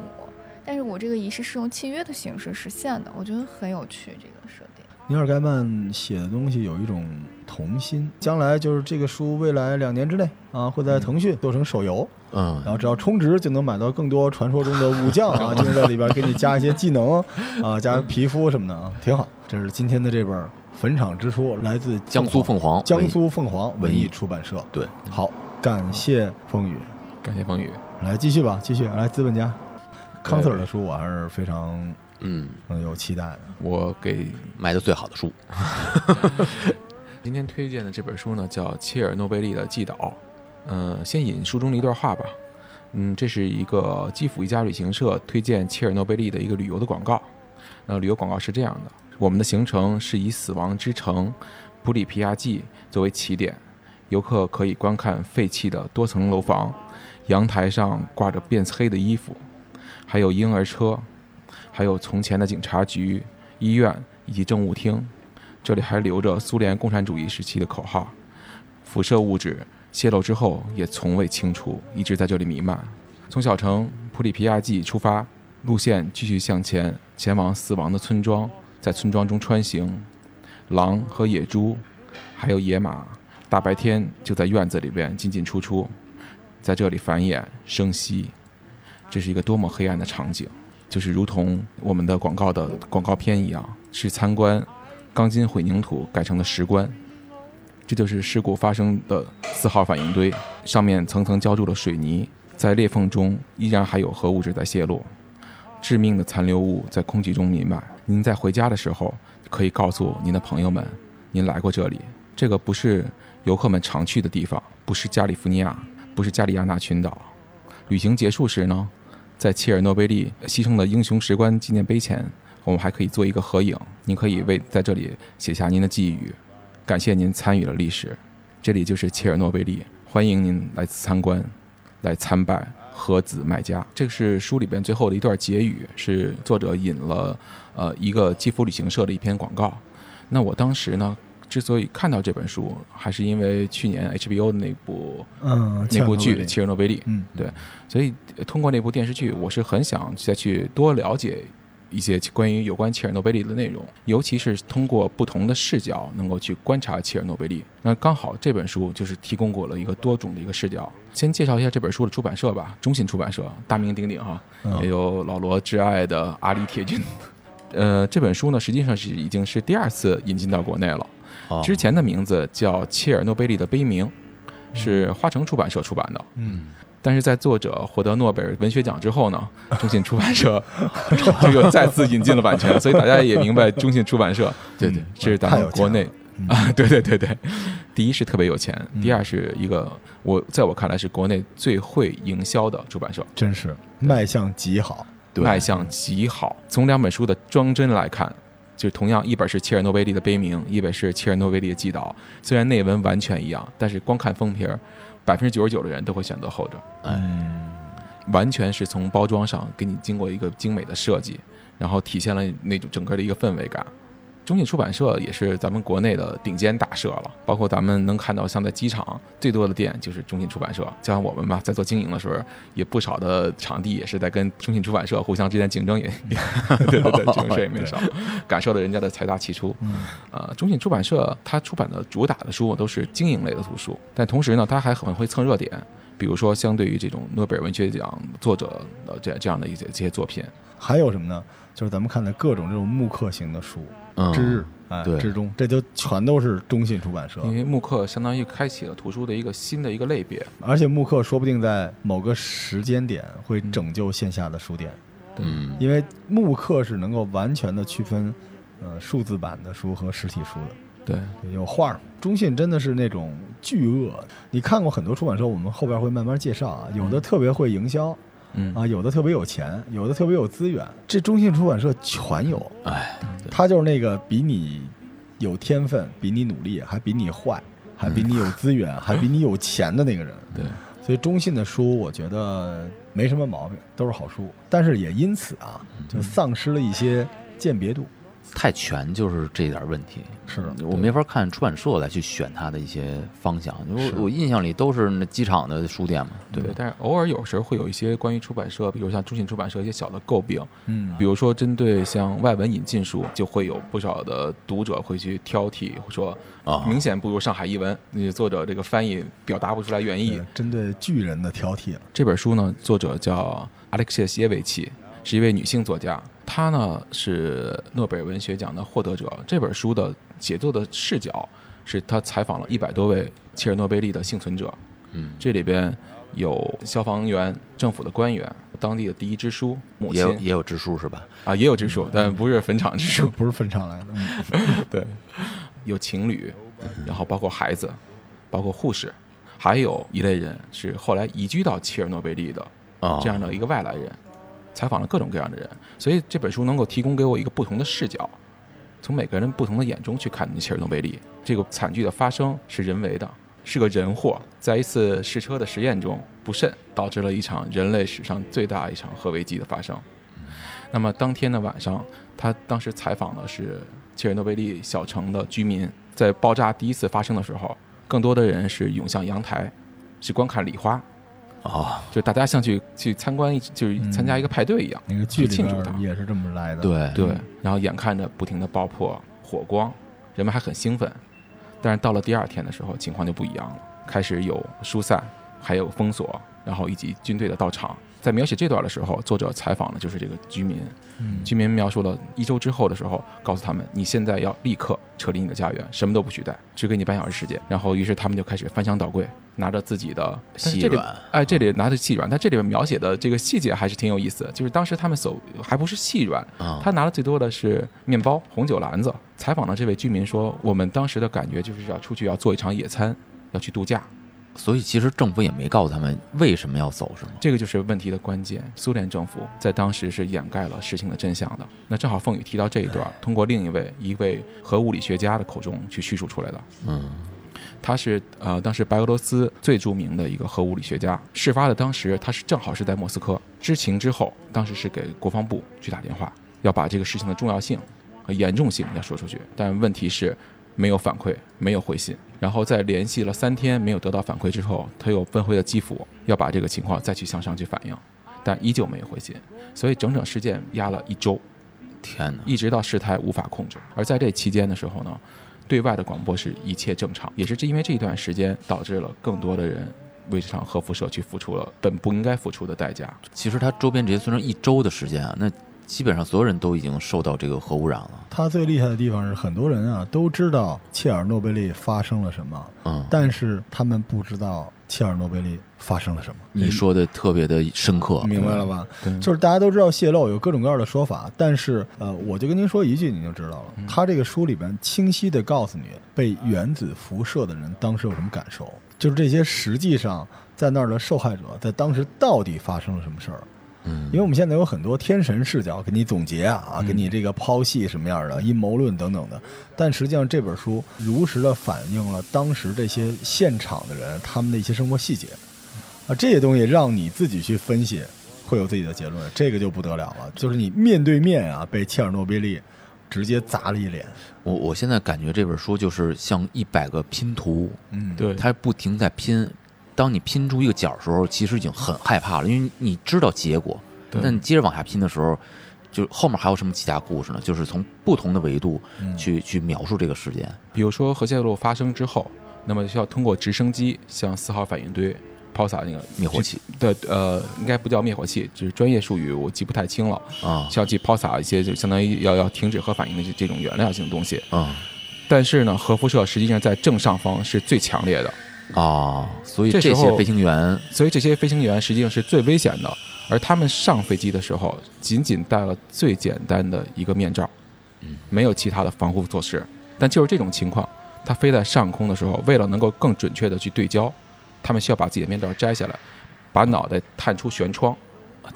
Speaker 5: 但是我这个仪式是用契约的形式实现的，我觉得很有趣这个设定。
Speaker 3: 尼尔盖曼写的东西有一种童心，将来就是这个书未来两年之内啊，会在腾讯做成手游，
Speaker 4: 嗯
Speaker 3: 然，后只要充值就能买到更多传说中的武将啊，就能在里边给你加一些技能啊，加皮肤什么的啊，挺好。这是今天的这本《坟场之书》，来自
Speaker 4: 江苏凤凰，
Speaker 3: 江苏凤凰文
Speaker 4: 文
Speaker 3: 艺
Speaker 4: 艺
Speaker 3: 出版社。
Speaker 4: 对，
Speaker 3: 好，感谢风雨，
Speaker 6: 感谢风雨，
Speaker 3: 来继续吧，继续来资本家。康 Sir 的书我还是非常
Speaker 4: 嗯，
Speaker 3: 嗯有期待的。
Speaker 6: 我给
Speaker 4: 卖的最好的书。
Speaker 6: 今天推荐的这本书呢，叫《切尔诺贝利的寄岛》。嗯、先引书中的一段话吧。嗯，这是一个基辅一家旅行社推荐切尔诺贝利的一个旅游的广告。那旅游广告是这样的：我们的行程是以死亡之城普里皮亚季作为起点，游客可以观看废弃的多层楼房，阳台上挂着变黑的衣服，还有婴儿车，还有从前的警察局、医院以及政务厅。这里还留着苏联共产主义时期的口号。辐射物质泄漏之后也从未清除，一直在这里弥漫。从小城普里皮亚季出发，路线继续向前，前往死亡的村庄，在村庄中穿行。狼和野猪，还有野马，大白天就在院子里边进进出出，在这里繁衍生息。这是一个多么黑暗的场景，就是如同我们的广告的广告片一样，是参观钢筋混凝土改成了石棺。这就是事故发生的四号反应堆，上面层层浇筑了水泥，在裂缝中依然还有核物质在泄露，致命的残留物在空气中弥漫。您在回家的时候，可以告诉您的朋友们，您来过这里。这个不是游客们常去的地方，不是加利福尼亚，不是加利亚那群岛。旅行结束时呢，在切尔诺贝利牺牲的英雄石棺纪念碑前，我们还可以做一个合影。您可以为在这里写下您的寄语，感谢您参与了历史。这里就是切尔诺贝利，欢迎您来参观，来参拜和子麦家。这是书里边最后的一段结语，是作者引了呃一个基辅旅行社的一篇广告。那我当时呢，之所以看到这本书，还是因为去年 HBO 的那部
Speaker 3: 嗯，
Speaker 6: 那部剧
Speaker 3: 切尔诺贝
Speaker 6: 《
Speaker 3: 利
Speaker 6: 切尔诺贝利》，
Speaker 3: 嗯，
Speaker 6: 所以呃通过那部电视剧，我是很想再去多了解一些关于有关切尔诺贝利的内容，尤其是通过不同的视角能够去观察切尔诺贝利。那刚好这本书就是提供过了一个多种的一个视角。先介绍一下这本书的出版社吧，中信出版社，大名鼎鼎哈，
Speaker 3: 嗯
Speaker 6: 也有老罗挚爱的阿狸铁军。呃，这本书呢，实际上是已经是第二次引进到国内了。
Speaker 4: 哦
Speaker 6: 之前的名字叫《切尔诺贝利的悲鸣》，是花城出版社出版的。
Speaker 3: 嗯，
Speaker 6: 但是在作者获得诺贝尔文学奖之后呢， 中信出版社 就又再次引进了版 权，所以大家也明白中信出版社嗯
Speaker 4: 对对，
Speaker 6: 是咱们国内
Speaker 3: 太有钱了
Speaker 6: 啊， 对对对对，第一是特别有钱，
Speaker 3: 嗯
Speaker 6: 第二是一个我在我看来是国内最会营销的出版社，
Speaker 3: 真是卖相极好。
Speaker 4: 对
Speaker 6: 卖相极好。从两本书的装帧来看，就同样一本是切尔诺贝利的悲鸣，一本是切尔诺贝利的寄岛。虽然内文完全一样，但是光看封皮儿，百分之九十九的人都会选择后者。
Speaker 3: 嗯，
Speaker 6: 完全是从包装上给你经过一个精美的设计，然后体现了那种整个的一个氛围感。中信出版社也是咱们国内的顶尖大社了，包括咱们能看到，像在机场最多的店就是中信出版社。就像我们吧，在做经营的时候，也不少的场地也是在跟中信出版社互相之间竞争也， 也对对对，竞争也没少， 感受了人家的财大气粗。
Speaker 3: 嗯
Speaker 6: 呃，中信出版社它出版的主打的书都是经营类的图书，但同时呢，它还很会蹭热点，比如说相对于这种诺贝尔文学奖作者的这这样的一些这些作品，
Speaker 3: 还有什么呢？就是咱们看的各种这种木刻型的书，
Speaker 4: 嗯，
Speaker 3: 之日哎，
Speaker 4: 对
Speaker 3: 之中，这嗯就全都是中信出版社。
Speaker 6: 因为慕课相当于开启了图书的一个新的一个类别。
Speaker 3: 而且木刻说不定在某个时间点会拯救线下的书店，
Speaker 4: 嗯，
Speaker 3: 因为木刻是能够完全的区分，呃，数字版的书和实体书的。
Speaker 6: 对，
Speaker 3: 有画儿，中信真的是那种巨鳄。你看过很多出版社，我们后边会慢慢介绍啊。有的特别会营销
Speaker 6: 嗯
Speaker 3: 啊，有的特别有钱，有的特别有资源。这中信出版社全有，
Speaker 4: 哎，
Speaker 3: 他就是那个比你有天分、比你努力、还比你坏、还比你有资源、还比你有钱的那个人。
Speaker 6: 对，
Speaker 3: 所以中信的书，我觉得没什么毛病，都是好书。但是也因此啊，就丧失了一些鉴别度。嗯
Speaker 4: 太全就是这点问题，
Speaker 3: 是的，
Speaker 4: 我没法看出版社来去选它的一些方向，因为
Speaker 3: 是
Speaker 4: 我我印象里都是那机场的书店嘛，
Speaker 6: 对，但是偶尔有时候会有一些关于出版社，比如像中信出版社一些小的诟病，
Speaker 3: 嗯
Speaker 6: 比如说针对像外文引进书，就会有不少的读者会去挑剔，说
Speaker 4: 啊
Speaker 6: 明显不如上海译文，那作者这个翻译表达不出来原意
Speaker 3: 对。针对巨人的挑剔了。
Speaker 6: 这本书呢，作者叫 Alexia 耶维奇，是一位女性作家。她呢是诺贝尔文学奖的获得者。这本书的写作的视角是她采访了一百多位切尔诺贝利的幸存者，
Speaker 4: 嗯，
Speaker 6: 这里边有消防员、政府的官员、当地的第一支书、母
Speaker 4: 也有也嗯
Speaker 6: 亲
Speaker 4: 有支书是吧？
Speaker 6: 啊，也有支书，但不是坟场支
Speaker 3: 这
Speaker 6: 书。
Speaker 3: 不是分场来的，
Speaker 6: 对，有情侣，然后包括孩子，包括护士，还有一类人是后来移居到切尔诺贝利的
Speaker 4: 啊，
Speaker 6: 这样的一个外来人，采访了各种各样的人，所以这本书能够提供给我一个不同的视角，从每个人不同的眼中去看切尔诺贝利这个惨剧的发生是人为的，是个人祸，在一次试车的实验中不慎导致了一场人类史上最大一场核危机的发生。那么当天的晚上，他当时采访的是切尔诺贝利小城的居民，在爆炸第一次发生的时候，更多的人是涌向阳台，是观看礼花。
Speaker 4: 啊，
Speaker 6: 就大家像去去参观一，就是参加一个派对一样。
Speaker 3: 那个剧里
Speaker 6: 庆祝
Speaker 3: 边
Speaker 6: 它
Speaker 3: 也是这么来的。，
Speaker 4: 对
Speaker 6: 对，然后眼看着不停的爆破、火光，人们还很兴奋，但是到了第二天的时候，情况就不一样了，开始有疏散，还有封锁，然后以及军队的到场。在描写这段的时候，作者采访的就是这个居民，
Speaker 3: 嗯，
Speaker 6: 居民描述了一周之后的时候，告诉他们，你现在要立刻撤离你的家园，什么都不许带，只给你半小时时间。然后，于是他们就开始翻箱倒柜，拿着自己的
Speaker 4: 细
Speaker 6: 但是这里
Speaker 4: 软
Speaker 6: 哎，这里拿着细软，但这里面描写的这个细节还是挺有意思的，就是当时他们手还不是细软，
Speaker 4: 啊，
Speaker 6: 他拿的最多的是面包、红酒篮子。采访的这位居民说，我们当时的感觉就是要出去要做一场野餐，要去度假，
Speaker 4: 所以其实政府也没告诉他们为什么要走，是吗？
Speaker 6: 这个就是问题的关键。苏联政府在当时是掩盖了事情的真相的。那正好凤雨提到这一段，通过另一位一位核物理学家的口中去叙述出来的。
Speaker 4: 嗯，
Speaker 6: 他是呃，当时白俄罗斯最著名的一个核物理学家。事发的当时，他是正好是在莫斯科。知情之后，当时是给国防部去打电话，要把这个事情的重要性、和严重性要说出去。但问题是，没有反馈，没有回信。然后在联系了三天没有得到反馈之后，他又奔回了基辅，要把这个情况再去向上去反映，但依旧没有回信。所以整整事件压了一周。
Speaker 4: 天哪，
Speaker 6: 一直到事态无法控制。而在这期间的时候呢，对外的广播是一切正常，也是因为这一段时间导致了更多的人为这场核辐射去付出了本不应该付出的代价。
Speaker 4: 其实他周边这些村庄一周的时间啊，那基本上所有人都已经受到这个核污染了，
Speaker 3: 他最厉害的地方是，很多人啊都知道切尔诺贝利发生了什么，
Speaker 4: 嗯，
Speaker 3: 但是他们不知道切尔诺贝利发生了什么。
Speaker 4: 你说的特别的深刻，
Speaker 3: 明白了吧？
Speaker 6: 对
Speaker 3: 就是大家都知道泄露有各种各样的说法，但是呃，我就跟您说一句，你就知道了。他这个书里边清晰的告诉你，被原子辐射的人当时有什么感受，就是这些实际上在那儿的受害者在当时到底发生了什么事儿。
Speaker 4: 嗯
Speaker 3: 因为我们现在有很多天神视角给你总结啊，给你这个剖析什么样的阴谋论等等的，但实际上这本书如实的反映了当时这些现场的人他们的一些生活细节。啊，这些东西让你自己去分析，会有自己的结论，这个就不得了了。就是你面对面啊，被切尔诺贝利直接砸了一脸。
Speaker 4: 我我现在感觉这本书就是像一百个拼图，
Speaker 3: 嗯，
Speaker 6: 对
Speaker 4: 它不停在拼。当你拼出一个角的时候，其实已经很害怕了，因为你知道结果。
Speaker 6: 对
Speaker 4: 但你接着往下拼的时候，就后面还有什么其他故事呢？就是从不同的维度
Speaker 3: 嗯
Speaker 4: 去、去描述这个事件。
Speaker 6: 比如说核泄漏发生之后，那么需要通过直升机向四号反应堆抛洒那个
Speaker 4: 灭火器
Speaker 6: 对，呃，应该不叫灭火器，就是专业术语我记不太清了。
Speaker 4: 啊
Speaker 6: 需要去抛洒一些就相当于要要停止核反应的这这种原料性的东西。
Speaker 4: 啊
Speaker 6: 但是呢，核辐射实际上在正上方是最强烈的，
Speaker 4: 啊！所以
Speaker 6: 这
Speaker 4: 这
Speaker 6: 时
Speaker 4: 些
Speaker 6: 候
Speaker 4: 飞行员
Speaker 6: 所以这些飞行员实际上是最危险的。而他们上飞机的时候，仅仅戴了最简单的一个面罩，没有其他的防护措施。但就是这种情况，他飞在上空的时候，为了能够更准确的去对焦，他们需要把自己的面罩摘下来，把脑袋探出舷窗，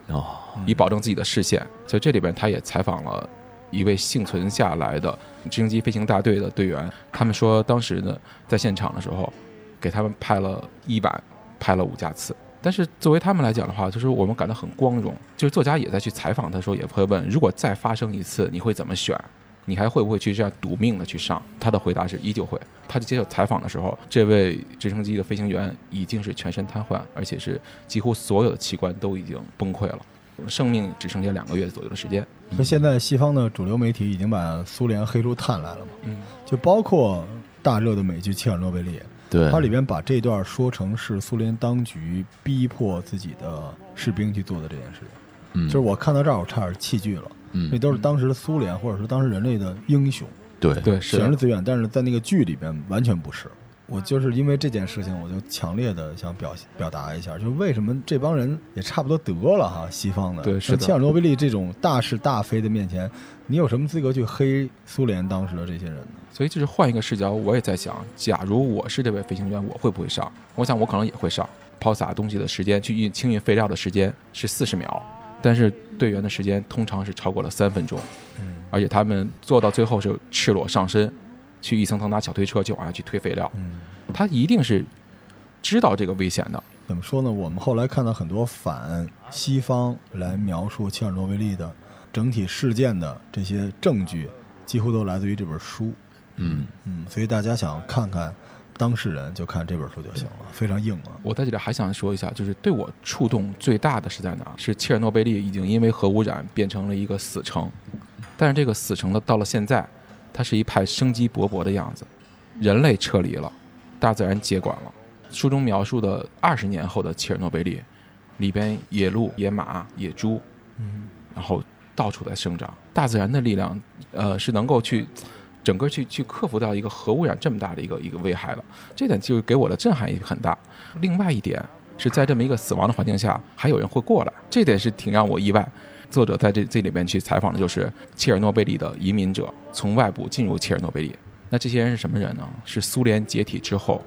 Speaker 4: 哦，
Speaker 6: 以保证自己的视线。所以这里边他也采访了一位幸存下来的直升机飞行大队的队员，他们说当时呢在现场的时候，给他们拍了一晚，拍了五架次。但是作为他们来讲的话，就是我们感到很光荣。就是作家也在去采访他的时候，也会问：如果再发生一次，你会怎么选？你还会不会去这样赌命的去上？他的回答是依旧会。他接受采访的时候，这位直升机的飞行员已经是全身瘫痪，而且是几乎所有的器官都已经崩溃了。生命只剩下两个月左右的时间。
Speaker 4: 嗯
Speaker 3: 所以现在西方的主流媒体已经把苏联黑出碳来了嘛，
Speaker 6: 嗯，
Speaker 3: 就包括大热的美剧《切尔诺贝利》，
Speaker 4: 对，
Speaker 3: 它里边把这段说成是苏联当局逼迫自己的士兵去做的这件事情。
Speaker 4: 嗯
Speaker 3: 就是我看到这儿，我差点弃剧了。那
Speaker 4: 嗯
Speaker 3: 都是当时的苏联或者说当时人类的英雄，
Speaker 4: 对
Speaker 6: 对，
Speaker 3: 显而自愿，但是在那个剧里边完全不是。我就是因为这件事情，我就强烈的想表表达一下，就是为什么这帮人也差不多得了哈，西方的。
Speaker 6: 对是的
Speaker 3: 在切尔诺贝利这种大是大非的面前，你有什么资格去黑苏联当时的这些人呢？
Speaker 6: 所以就是换一个视角，我也在想，假如我是这位飞行员，我会不会上？我想我可能也会上。抛洒东西的时间，去运清运废料的时间是四十秒，但是队员的时间通常是超过了三分钟，
Speaker 3: 嗯
Speaker 6: 而且他们做到最后是赤裸上身，去一层层拿小推车去往下去推废料。
Speaker 3: 嗯，
Speaker 6: 他一定是知道这个危险的，
Speaker 3: 怎么说呢？我们后来看到很多反西方来描述切尔诺贝利的整体事件的这些证据，几乎都来自于这本书。
Speaker 4: 嗯
Speaker 3: 嗯，所以大家想看看当事人，就看这本书就行了，非常硬啊。
Speaker 6: 我在这里还想说一下，就是对我触动最大的是在哪？是切尔诺贝利已经因为核污染变成了一个死城，但是这个死城呢，到了现在，它是一派生机勃勃的样子，人类撤离了，大自然接管了。书中描述的二十年后的切尔诺贝利，里边野鹿、野马、野猪，
Speaker 3: 嗯，
Speaker 6: 然后到处在生长，大自然的力量，呃，是能够去整个去去克服掉一个核污染这么大的一个一个危害的。这点就给我的震撼也很大。另外一点是在这么一个死亡的环境下，还有人会过来，这点是挺让我意外。作者在这这里面去采访的就是切尔诺贝利的移民者，从外部进入切尔诺贝利。那这些人是什么人呢？是苏联解体之后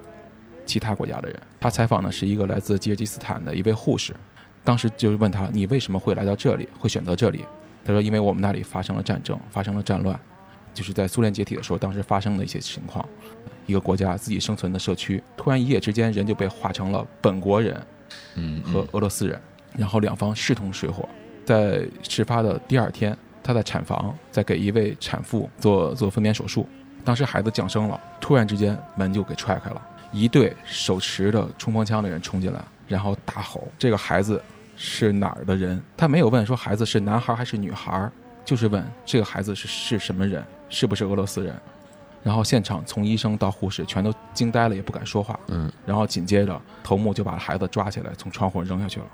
Speaker 6: 其他国家的人。他采访的是一个来自吉尔吉斯坦的一位护士，当时就是问他：“你为什么会来到这里？会选择这里？”他说：“因为我们那里发生了战争，发生了战乱，就是在苏联解体的时候，当时发生的一些情况。一个国家自己生存的社区，突然一夜之间人就被划成了本国人
Speaker 4: 嗯
Speaker 6: 和俄罗斯人，然后两方势同水火。在事发的第二天，他在产房在给一位产妇做做分娩手术，当时孩子降生了，突然之间门就给踹开了，一队手持着冲锋枪的人冲进来，然后大吼：“这个孩子是哪儿的人？”他没有问说孩子是男孩还是女孩，就是问这个孩子是是什么人，是不是俄罗斯人。然后现场从医生到护士全都惊呆了，也不敢说话。
Speaker 4: 嗯，
Speaker 6: 然后紧接着头目就把孩子抓起来，从窗户扔下去了。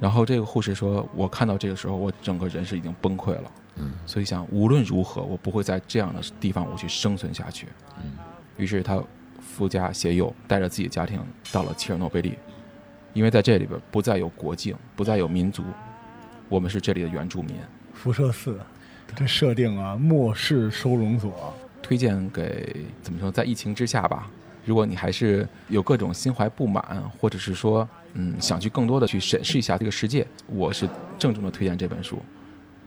Speaker 6: 然后这个护士说：“我看到这个时候，我整个人是已经崩溃了。”
Speaker 4: 嗯，
Speaker 6: 所以想无论如何，我不会在这样的地方我去生存下去。
Speaker 4: 嗯，
Speaker 6: 于是他夫家携幼，带着自己的家庭到了切尔诺贝利，因为在这里边不再有国境，不再有民族，我们是这里的原住民。
Speaker 3: 辐射四，这设定啊，末世收容所。
Speaker 6: 推荐给怎么说，在疫情之下吧，如果你还是有各种心怀不满，或者是说，嗯，想去更多的去审视一下这个世界，我是郑重的推荐这本书，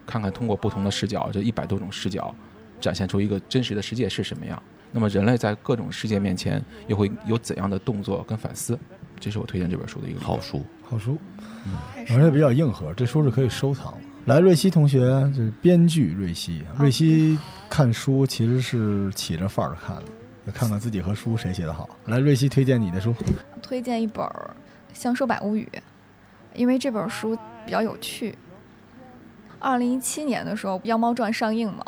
Speaker 6: 看看通过不同的视角，这一百多种视角，展现出一个真实的世界是什么样。那么人类在各种世界面前又会有怎样的动作跟反思？这是我推荐这本书的一个理由
Speaker 4: 好。书，
Speaker 3: 好书，
Speaker 5: 还
Speaker 3: 而且
Speaker 5: 是
Speaker 3: 比较硬核，这书是可以收藏的。来瑞希同学就是编剧瑞希，啊瑞希看书其实是起着范儿看的，就看看自己和书谁写得好。来，瑞希推荐你的书，
Speaker 5: 推荐一本儿《乡说百物语》，因为这本书比较有趣。二零一七年的时候，《妖猫传》上映嘛，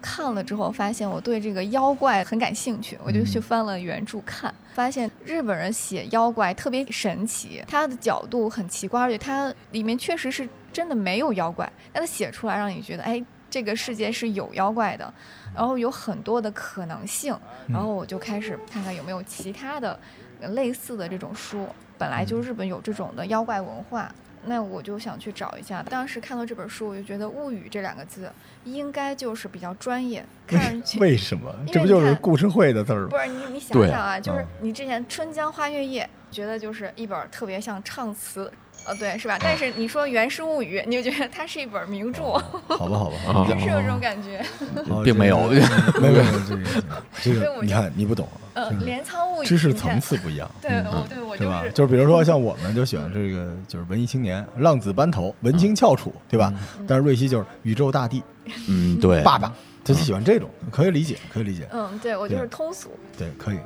Speaker 5: 看了之后发现我对这个妖怪很感兴趣，我就去翻了原著看，发现日本人写妖怪特别神奇，他的角度很奇怪，而且它里面确实是真的没有妖怪，但他写出来让你觉得，哎，这个世界是有妖怪的，然后有很多的可能性，然后我就开始看看有没有其他的呃类似的这种书，本来
Speaker 3: 嗯
Speaker 5: 就日本有这种的妖怪文化，那我就想去找一下。当时看到这本书，我就觉得“物语”这两个字应该就是比较专 业， 看上去
Speaker 3: 为什么
Speaker 5: 因？为
Speaker 3: 这不就是
Speaker 5: 你看
Speaker 3: 故事会的字儿吗
Speaker 5: 不？是你你想
Speaker 4: 对
Speaker 5: 想啊，就是
Speaker 3: 嗯
Speaker 5: 你之前《春江花月夜》，觉得就是一本特别像唱词。呃，对，
Speaker 3: 嗯
Speaker 5: 是吧？但是你说《源氏物语》，你就觉得它是一本名著，
Speaker 3: 好吧，好吧，
Speaker 4: 啊
Speaker 5: 是有
Speaker 3: 哦
Speaker 5: 这种感觉。
Speaker 3: 好
Speaker 4: 并没有
Speaker 3: 哦这 个没有没有这个这
Speaker 5: 所以
Speaker 3: 个
Speaker 5: 我，就
Speaker 3: 你看你不懂啊，
Speaker 5: 呃，
Speaker 3: 这
Speaker 5: 《
Speaker 3: 个
Speaker 5: 镰仓物语》
Speaker 3: 知识
Speaker 5: 你看
Speaker 3: 层，次不一样。啊
Speaker 5: 对，我对我
Speaker 3: 对
Speaker 5: 哦就
Speaker 3: 吧？
Speaker 5: 是
Speaker 3: 就是比如说像我们就喜欢这个，就是文艺青年、浪子班头、文青翘楚，对吧？
Speaker 5: 嗯
Speaker 3: 但是瑞希就是宇宙大帝、
Speaker 4: 嗯，对，
Speaker 3: 爸爸，他就喜欢这种，可以理解，可以理解，
Speaker 5: 嗯，对我就
Speaker 3: 对
Speaker 5: 是通俗，
Speaker 3: 对，可以。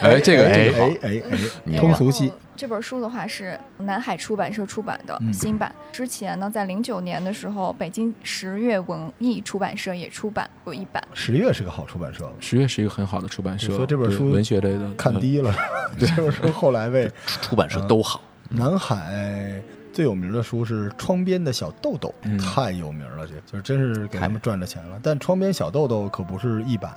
Speaker 4: 哎，这个
Speaker 3: 哎
Speaker 4: 这个好
Speaker 3: 哎哎
Speaker 4: 你
Speaker 3: 哎，
Speaker 4: 好
Speaker 3: 通俗系
Speaker 5: 然后这本书的话是南海出版社出版的
Speaker 3: 嗯
Speaker 5: 新版。之前呢，在零九年的时候，北京十月文艺出版社也出版过一版。
Speaker 3: 十月是个好出版社，
Speaker 6: 十月是一个很好的出版社，
Speaker 3: 所以这本
Speaker 6: 对
Speaker 3: 书
Speaker 6: 文学类的
Speaker 4: 嗯
Speaker 3: 看
Speaker 6: 一，
Speaker 3: 低 了。这本书后来被
Speaker 4: 出出版社
Speaker 3: 嗯
Speaker 4: 都好，
Speaker 3: 南海最有名的书是《窗边的小豆豆》，
Speaker 6: 嗯
Speaker 3: 太有名了，这就是真是给他们赚着钱了。但《窗边小豆豆》可不是一版，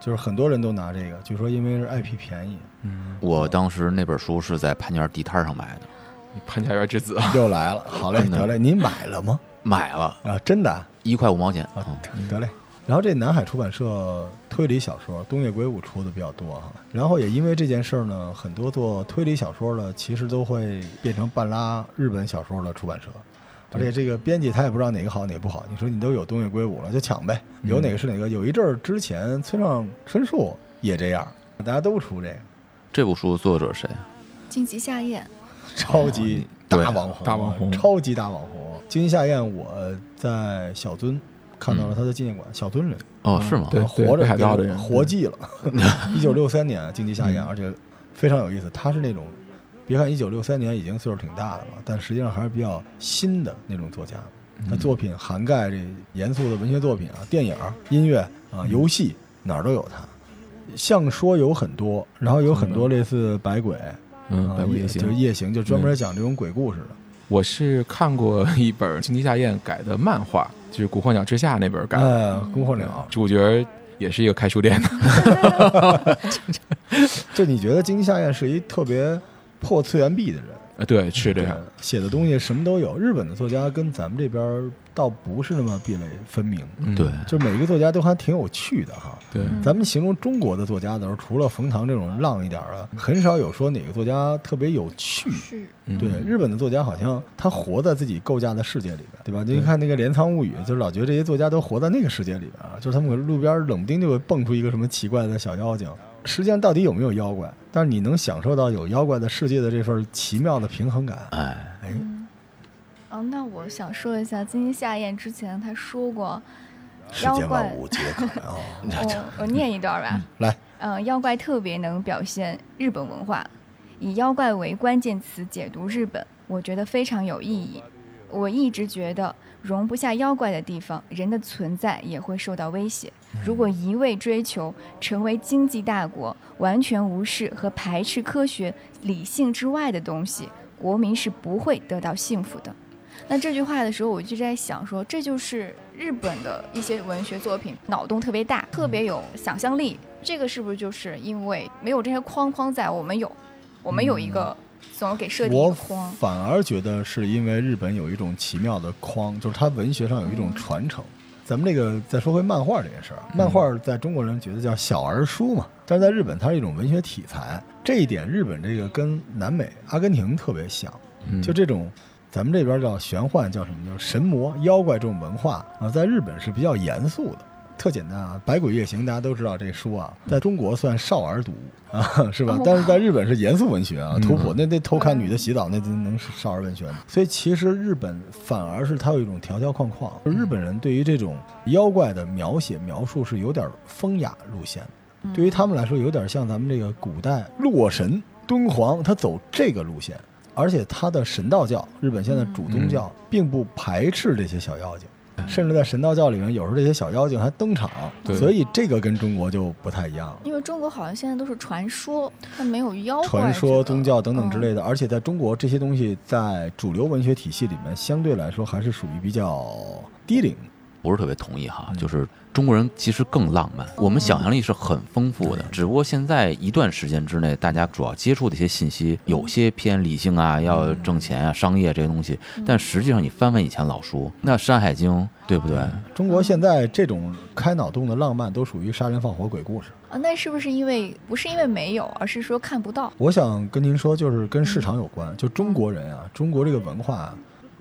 Speaker 3: 就是很多人都拿这个，据说因为是 IP 便宜。
Speaker 6: 嗯，
Speaker 4: 我当时那本书是在潘家园地摊上买的，
Speaker 6: 嗯潘家园之子，
Speaker 3: 又来了，好嘞，
Speaker 4: 真的
Speaker 3: 得嘞，您买了吗？
Speaker 4: 买了
Speaker 3: 啊，真的啊，
Speaker 4: 一块五毛钱
Speaker 3: 啊
Speaker 4: 啊，
Speaker 3: 得得嘞。然后这南海出版社推理小说，东野圭吾出的比较多哈。然后也因为这件事儿呢，很多做推理小说的其实都会变成半拉日本小说的出版社，而且这个编辑他也不知道哪个好哪个不好。你说你都有东野圭吾了，就抢呗，有哪个是哪个。有一阵儿之前村上春树也这样，大家都出这个，
Speaker 4: 这部书作者谁？啊
Speaker 5: 荆棘 夏宴，
Speaker 3: 超级
Speaker 4: 对
Speaker 3: 大网红，
Speaker 6: 哦大网红
Speaker 3: 超级大网红。金夏宴，我在小樽看到了他的纪念馆，小樽里。
Speaker 4: 哦，是
Speaker 6: 嗯
Speaker 4: 吗？
Speaker 6: 对
Speaker 3: 活着
Speaker 6: 北海道的人嗯
Speaker 3: 活计了。 一九六三年啊经济下降，而且非常有意思。他是那种，别看一九六三年已经岁数挺大的了，但实际上还是比较新的那种作家。
Speaker 6: 嗯
Speaker 3: 他作品涵盖这严肃的文学作品啊、电影、音乐
Speaker 6: 嗯
Speaker 3: 啊、游戏，哪儿都有他。像说有很多，然后有很多类似百鬼，
Speaker 6: 嗯，
Speaker 3: 啊
Speaker 6: 百无
Speaker 3: 夜
Speaker 6: 夜
Speaker 3: 就
Speaker 6: 行。
Speaker 3: 夜行，就嗯专门讲这种鬼故事的。
Speaker 6: 我是看过一本《金鸡夏宴》改的漫画，就是《古惑鸟之下》那本改的，
Speaker 3: 哎，孤火鸟，
Speaker 6: 主角也是一个开 书店的，
Speaker 3: 就你觉得金夏彦是一特别破次元壁的人？
Speaker 6: 呃，对，是这样。
Speaker 3: 写的东西什么都有。日本的作家跟咱们这边儿倒不是那么壁垒分明，
Speaker 6: 嗯
Speaker 4: 对，
Speaker 3: 就每一个作家都还挺有趣的哈。
Speaker 6: 对，
Speaker 3: 咱们形容中国的作家的时候，除了冯唐这种浪一点儿的，很少有说哪个作家特别有趣。
Speaker 5: 是
Speaker 6: 嗯
Speaker 3: 对，日本的作家好像他活在自己构架的世界里边，对吧？您看那个《镰仓物语》，就是老觉得这些作家都活在那个世界里边啊，就是他们可能路边冷不丁就会蹦出一个什么奇怪的小妖精。实际上到底有没有妖怪？但是你能享受到有妖怪的世界的这份奇妙的平衡感。
Speaker 4: 哎，
Speaker 5: 啊，那我想说一下，金鸡夏宴之前他说过，
Speaker 3: 世
Speaker 5: 妖
Speaker 3: 间万
Speaker 5: 怪，
Speaker 3: 物皆可啊！
Speaker 5: 我嗯我念一段吧。
Speaker 3: 来，
Speaker 5: 嗯，妖怪特别能表现日本文化，以妖怪为关键词解读日本，我觉得非常有意义。我一直觉得容不下妖怪的地方，人的存在也会受到威胁。如果一味追求成为经济大国，完全无视和排斥科学理性之外的东西，国民是不会得到幸福的。那这句话的时候，我就在想说，这就是日本的一些文学作品，脑洞特别大，特别有想象力。这个是不是就是因为没有这些框框在，我们有，我们有一个总给设定一
Speaker 3: 我
Speaker 5: 个框。
Speaker 3: 反而觉得是因为日本有一种奇妙的框，就是它文学上有一种传承。咱们这个再说回漫画这件事儿，啊
Speaker 5: 嗯
Speaker 3: 漫画在中国人觉得叫小儿书嘛，但是在日本它是一种文学体裁，这一点日本这个跟南美、阿根廷特别像，
Speaker 5: 嗯
Speaker 3: 就这种。咱们这边叫玄幻，叫什么？就是神魔、妖怪这种文化啊，在日本是比较严肃的。特简单啊，《百鬼夜行》大家都知道这书啊，在中国算少儿读物啊，是吧
Speaker 5: 哦？
Speaker 3: 但是在日本是严肃文学啊，
Speaker 6: 嗯
Speaker 3: 图谱那那偷看女的洗澡那能是少儿文学吗？所以其实日本反而是它有一种条条框框，
Speaker 6: 嗯
Speaker 3: 日本人对于这种妖怪的描写描述是有点风雅路线的。对于他们来说，有点像咱们这个古代洛神、敦煌，他走这个路线，而且他的神道教，日本现在主宗教
Speaker 6: 嗯
Speaker 3: 并不排斥这些小妖精，甚至在神道教里面，有时候这些小妖精还登场，
Speaker 6: 对
Speaker 3: 所以这个跟中国就不太一样了。
Speaker 5: 因为中国好像现在都是传说，它没有妖怪
Speaker 3: 传说、
Speaker 5: 这个
Speaker 3: 宗教等等之类
Speaker 5: 嗯
Speaker 3: 的，而且在中国这些东西在主流文学体系里面，相对来说还是属于比较低龄。
Speaker 4: 不是特别同意哈，
Speaker 3: 嗯
Speaker 4: 就是中国人其实更浪漫，我们想象力是很丰富的，只不过现在一段时间之内，大家主要接触的一些信息，有些偏理性啊，要挣钱啊、商业这些东西，但实际上你翻翻以前老书，那《山海经》对不对？
Speaker 3: 中国现在这种开脑洞的浪漫，都属于杀人放火鬼故事。
Speaker 5: 啊，那是不是因为不是因为没有，而是说看不到？
Speaker 3: 我想跟您说，就是跟市场有关。就中国人啊，中国这个文化、啊、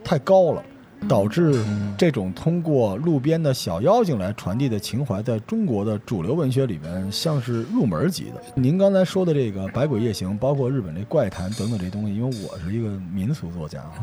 Speaker 3: 太高了，导致这种通过路边的小妖精来传递的情怀，在中国的主流文学里边像是入门级的。您刚才说的这个《百鬼夜行》，包括日本这怪谈等等这东西，因为我是一个民俗作家啊，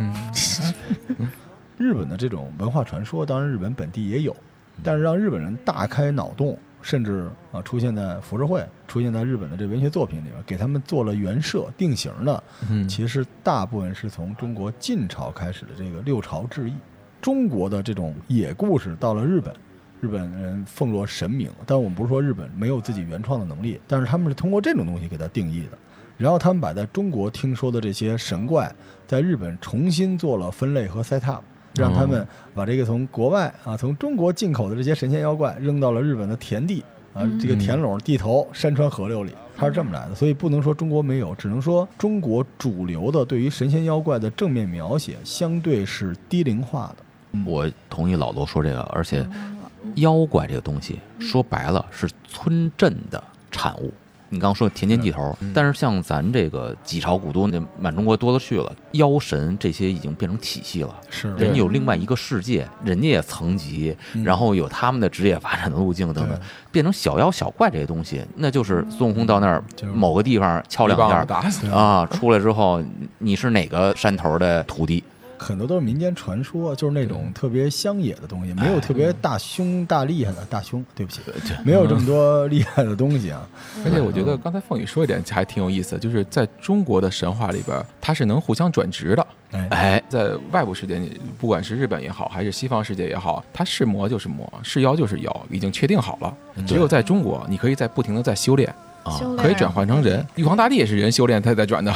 Speaker 3: 日本的这种文化传说，当然日本本地也有，但是让日本人大开脑洞，甚至啊出现在浮世绘，出现在日本的这文学作品里边，给他们做了原设定型的，
Speaker 6: 嗯
Speaker 3: 其实大部分是从中国晋朝开始的这个六朝志异，中国的这种野故事到了日本。日本人奉若神明，但我们不是说日本没有自己原创的能力，但是他们是通过这种东西给它定义的，然后他们把在中国听说的这些神怪，在日本重新做了分类和 set up，让他们把这个从国外啊，从中国进口的这些神仙妖怪扔到了日本的田地啊，这个田垄、地头、山川河流里，它是这么来的。所以不能说中国没有，只能说中国主流的对于神仙妖怪的正面描写相对是低龄化的。
Speaker 4: 嗯我同意老罗嗯说这个，而且
Speaker 5: 嗯
Speaker 4: 妖怪这个东西说白了是村镇的产物。你刚说田间地头，
Speaker 6: 嗯
Speaker 4: 但是像咱这个几朝古都，那满中国多了去了，妖神这些已经变成体系了。
Speaker 3: 是
Speaker 4: 人家有另外一个世界，
Speaker 6: 嗯
Speaker 4: 人家也层级，然后有他们的职业发展的路径等等
Speaker 3: 对，
Speaker 4: 变成小妖小怪这些东西，那就是孙悟空到那儿
Speaker 3: 就是
Speaker 4: 某个地方敲
Speaker 6: 一
Speaker 4: 两
Speaker 6: 棒
Speaker 4: 下
Speaker 6: 子打死，
Speaker 4: 啊，出来之后你是哪个山头的徒弟？
Speaker 3: 很多都是民间传说，就是那种特别乡野的东西，没有特别大凶大厉害的大凶，对不起，没有这么多厉害的东西啊。
Speaker 6: 而且我觉得刚才凤宇说一点还挺有意思的，就是在中国的神话里边，它是能互相转职的。
Speaker 3: 哎，
Speaker 4: 哎，
Speaker 6: 在外部世界里，不管是日本也好，还是西方世界也好，它是魔就是魔，是妖就是妖，已经确定好了。
Speaker 3: 嗯
Speaker 6: 只有在中国，你可以在不停的在修炼，
Speaker 4: 啊
Speaker 5: 修炼
Speaker 6: 可以转换成
Speaker 3: 嗯
Speaker 6: 人。玉皇大帝也是人修炼，他才转的。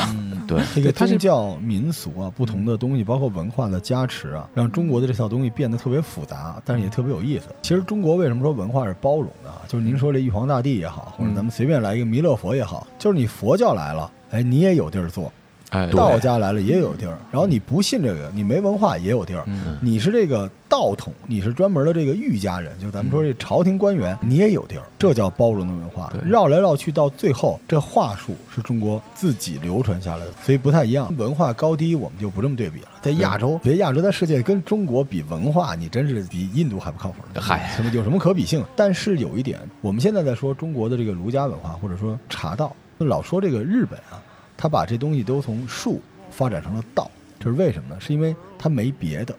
Speaker 4: 对，
Speaker 3: 这个
Speaker 6: 对它是
Speaker 3: 宗教、民俗啊，不同的东西，包括文化的加持啊，让中国的这套东西变得特别复杂，但是也特别有意思。其实中国为什么说文化是包容的啊？就是您说这玉皇大帝也好，
Speaker 6: 嗯
Speaker 3: 或者咱们随便来一个弥勒佛也好，就是你佛教来了，哎，你也有地儿坐；
Speaker 6: 哎，
Speaker 3: 道家来了也有地儿。然后你不信这个，你没文化也有地儿。
Speaker 6: 嗯
Speaker 3: 你是这个道统，你是专门的这个御家人，就咱们说这朝廷官员，你也有地儿，这叫包容的文化
Speaker 6: 嗯对。
Speaker 3: 绕来绕去，到最后这话术是中国自己流传下来的，所以不太一样。文化高低我们就不这么对比了，在亚洲，别亚洲在世界跟中国比文化，你真是比印度还不靠谱呢。
Speaker 4: 嗨
Speaker 3: 什么有什么可比性？但是有一点，我们现在在说中国的这个儒家文化，或者说茶道，老说这个日本啊，他把这东西都从术发展成了道，这是为什么呢？是因为他没别的，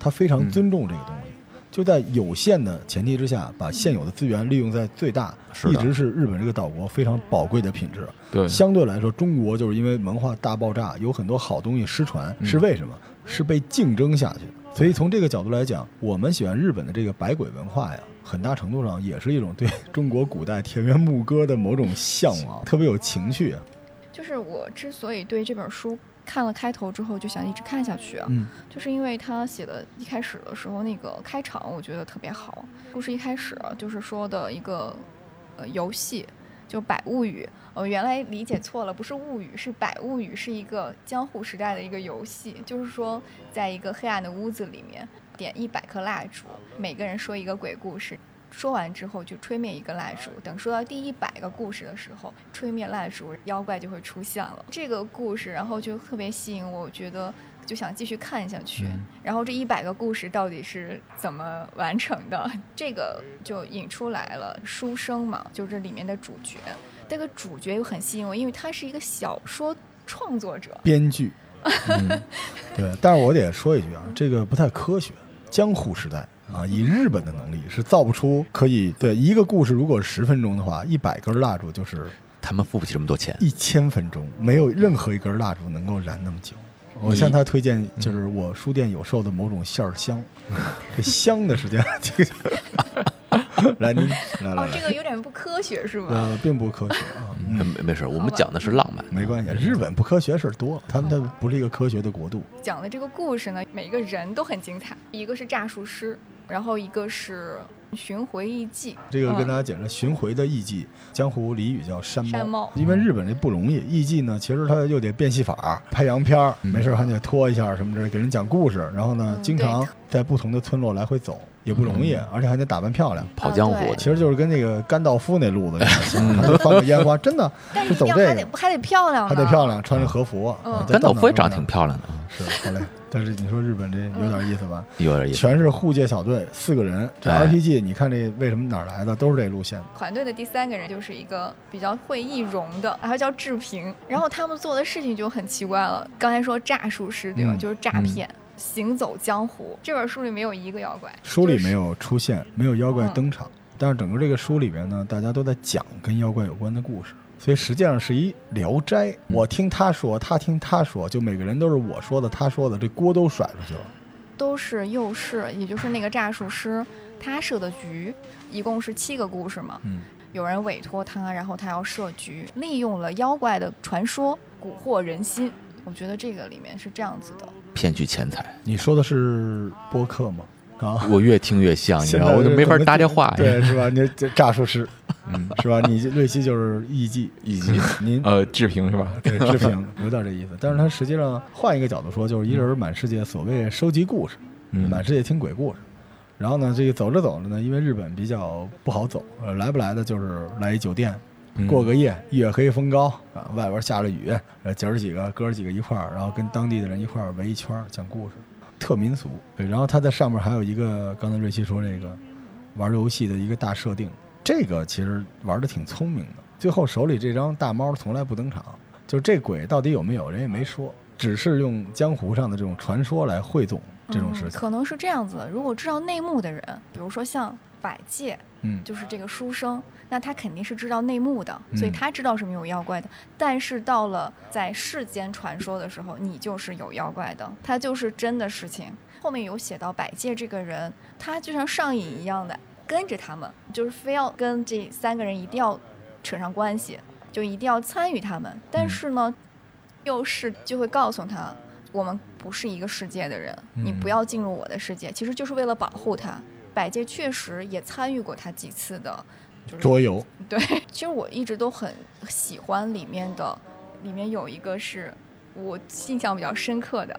Speaker 3: 他非常尊重这个东西，就在有限的前提之下，把现有的资源利用在最大，
Speaker 4: 是
Speaker 3: 一
Speaker 4: 的
Speaker 3: 直是日本这个岛国非常宝贵的品质。
Speaker 6: 对，
Speaker 3: 相对来说，中国就是因为文化大爆炸，有很多好东西失传，
Speaker 6: 嗯
Speaker 3: 是为什么？是被竞争下去的。所以从这个角度来讲，我们喜欢日本的这个百鬼文化呀，很大程度上也是一种对 中国古代田园牧歌的某种向往，特别有情趣啊。
Speaker 5: 就是我之所以对这本书看了开头之后就想一直看下去啊，
Speaker 3: 嗯
Speaker 5: 就是因为他写的一开始的时候那个开场，我觉得特别好。故事一开始啊就是说的一个呃游戏，就《百物语》。我原来理解错了，不是物语，是百物语，是一个江户时代的一个游戏，就是说在一个黑暗的屋子里面点一百颗蜡烛，每个人说一个鬼故事。说完之后就吹灭一个蜡烛，等说到第一百个故事的时候，吹灭蜡烛，妖怪就会出现了。这个故事，然后就特别吸引我，我觉得就想继续看下去。
Speaker 6: 嗯
Speaker 5: 然后这一百个故事到底是怎么完成的？这个就引出来了书生嘛，就是这里面的主角。这个主角又很吸引我，因为他是一个小说创作者。
Speaker 3: 编剧，
Speaker 6: 嗯
Speaker 3: 对，但是我得说一句啊，这个不太科学。江户时代啊，以日本的能力是造不出可以对一个故事，如果十分钟的话，一百根蜡烛就是
Speaker 4: 他们付不起这么多钱。
Speaker 3: 一千分钟，没有任何一根蜡烛能够燃那么久。我向他推荐，就是我书店有售的某种线儿香，这香的时间，这个来您来来
Speaker 5: 哦，
Speaker 3: 来，
Speaker 5: 这个有点不科学是吗？
Speaker 3: 呃，并不科学啊，
Speaker 4: 嗯没没事，我们讲的是浪漫，
Speaker 3: 没关系，日本不科学事儿多，他们这不是一个科学的国度。
Speaker 5: 讲的这个故事呢，每个人都很精彩，一个是诈术师，然后一个是巡回艺 伎，
Speaker 3: 这个跟
Speaker 5: 嗯
Speaker 3: 大家解释，巡回的艺伎，江湖俚语叫山猫，
Speaker 5: 山猫
Speaker 3: 因为
Speaker 4: 嗯
Speaker 3: 日本这不容易，艺伎呢，其实它又得变戏法，拍洋片儿，
Speaker 4: 嗯
Speaker 3: 没事儿还得拖一下什么之类，给人讲故事，然后呢，
Speaker 5: 嗯
Speaker 3: 经常
Speaker 5: 对
Speaker 3: 在不同的村落来回走，也不容易，
Speaker 4: 嗯
Speaker 3: 而且还得打扮漂亮。
Speaker 4: 跑江湖
Speaker 5: 啊
Speaker 4: 的
Speaker 3: 其实就是跟那个甘道夫那路子有点
Speaker 4: 嗯
Speaker 3: 像，他就放个烟花，真 的
Speaker 5: 但
Speaker 3: 是
Speaker 5: 一
Speaker 3: 走
Speaker 5: 定要
Speaker 3: 这
Speaker 5: 还
Speaker 3: 个
Speaker 5: 得，还得漂亮，
Speaker 3: 还得漂。亮，穿着和服。
Speaker 5: 嗯
Speaker 3: 啊在
Speaker 4: 甘道夫也
Speaker 3: 道
Speaker 4: 长
Speaker 3: 上
Speaker 4: 得挺漂亮的，啊，
Speaker 3: 是好 嘞。但是你说日本这有点意思吧？
Speaker 4: 有点意思。
Speaker 3: 全是护戒小队，四个人。这
Speaker 4: 哎
Speaker 3: RPG 你看这为什么哪儿来的都是这路线的。
Speaker 5: 团队的第三个人就是一个比较会易容的，他叫志平。然后他们做的事情就很奇怪了。刚才说诈术师对吧？
Speaker 3: 嗯
Speaker 5: 就是诈骗，行走江湖。这本书里没有一个妖怪，
Speaker 3: 书里
Speaker 5: 就是嗯
Speaker 3: 没有出现，没有妖怪登场，但是整个这个书里边呢，大家都在讲跟妖怪有关的故事，所以实际上是一《聊斋》。
Speaker 4: 嗯
Speaker 3: 我听他说，他听他说，就每个人都是我说的，他说的，这锅都甩出去了。
Speaker 5: 都是幼师，也就是那个诈术师他设的局，一共是七个故事嘛。
Speaker 3: 嗯，
Speaker 5: 有人委托他，然后他要设局，利用了妖怪的传说蛊惑人心。我觉得这个里面是这样子的，
Speaker 4: 骗取钱财，
Speaker 3: 你说的是播客吗？啊，
Speaker 4: 我越听越像，你知
Speaker 3: 现
Speaker 4: 道
Speaker 3: 在
Speaker 4: 吗，我就没法
Speaker 3: 怎么
Speaker 4: 搭这话。嗯
Speaker 3: 对，是吧？你这诈术师，是吧？你这瑞希就是艺伎，
Speaker 6: 以 及
Speaker 3: 您
Speaker 6: 呃志平是吧？
Speaker 3: 对，视频有点这意思。但是他实际上换一个角度说，就是一人满世界所谓收集故事，
Speaker 6: 嗯
Speaker 3: 满世界听鬼故事。然后呢，这个走着走着呢，因为日本比较不好走，呃，来不来的就是来一酒店
Speaker 6: 嗯
Speaker 3: 过个夜，月黑风高啊，外边下着雨，呃，姐儿几个哥儿几个一块儿，然后跟当地的人一块儿围一圈儿讲故事，特民俗。对，然后他在上面还有一个，刚才瑞希说这个玩游戏的一个大设定，这个其实玩的挺聪明的。最后手里这张大猫从来不登场，就是这鬼到底有没有，人也没说，只是用江湖上的这种传说来汇总这种事
Speaker 5: 嗯
Speaker 3: 情。
Speaker 5: 可能是这样子的。如果知道内幕的人，比如说像百介，
Speaker 3: 嗯
Speaker 5: 就是这个书生，那他肯定是知道内幕的，所以
Speaker 3: 嗯
Speaker 5: 他知道是没有妖怪的。但是到了在世间传说的时候，你就是有妖怪的，他就是真的事情。后面有写到百介这个人，他就像上瘾一样的跟着他们，就是非要跟这三个人一定要扯上关系，就一定要参与他们。但是呢，又是就会告诉他，我们不是一个世界的人，你不要进入我的世界，其实就是为了保护他。百介确实也参与过他几次的，就是
Speaker 3: 嗯桌游，
Speaker 5: 对，其实我一直都很喜欢里面的，里面有一个是我印象比较深刻的，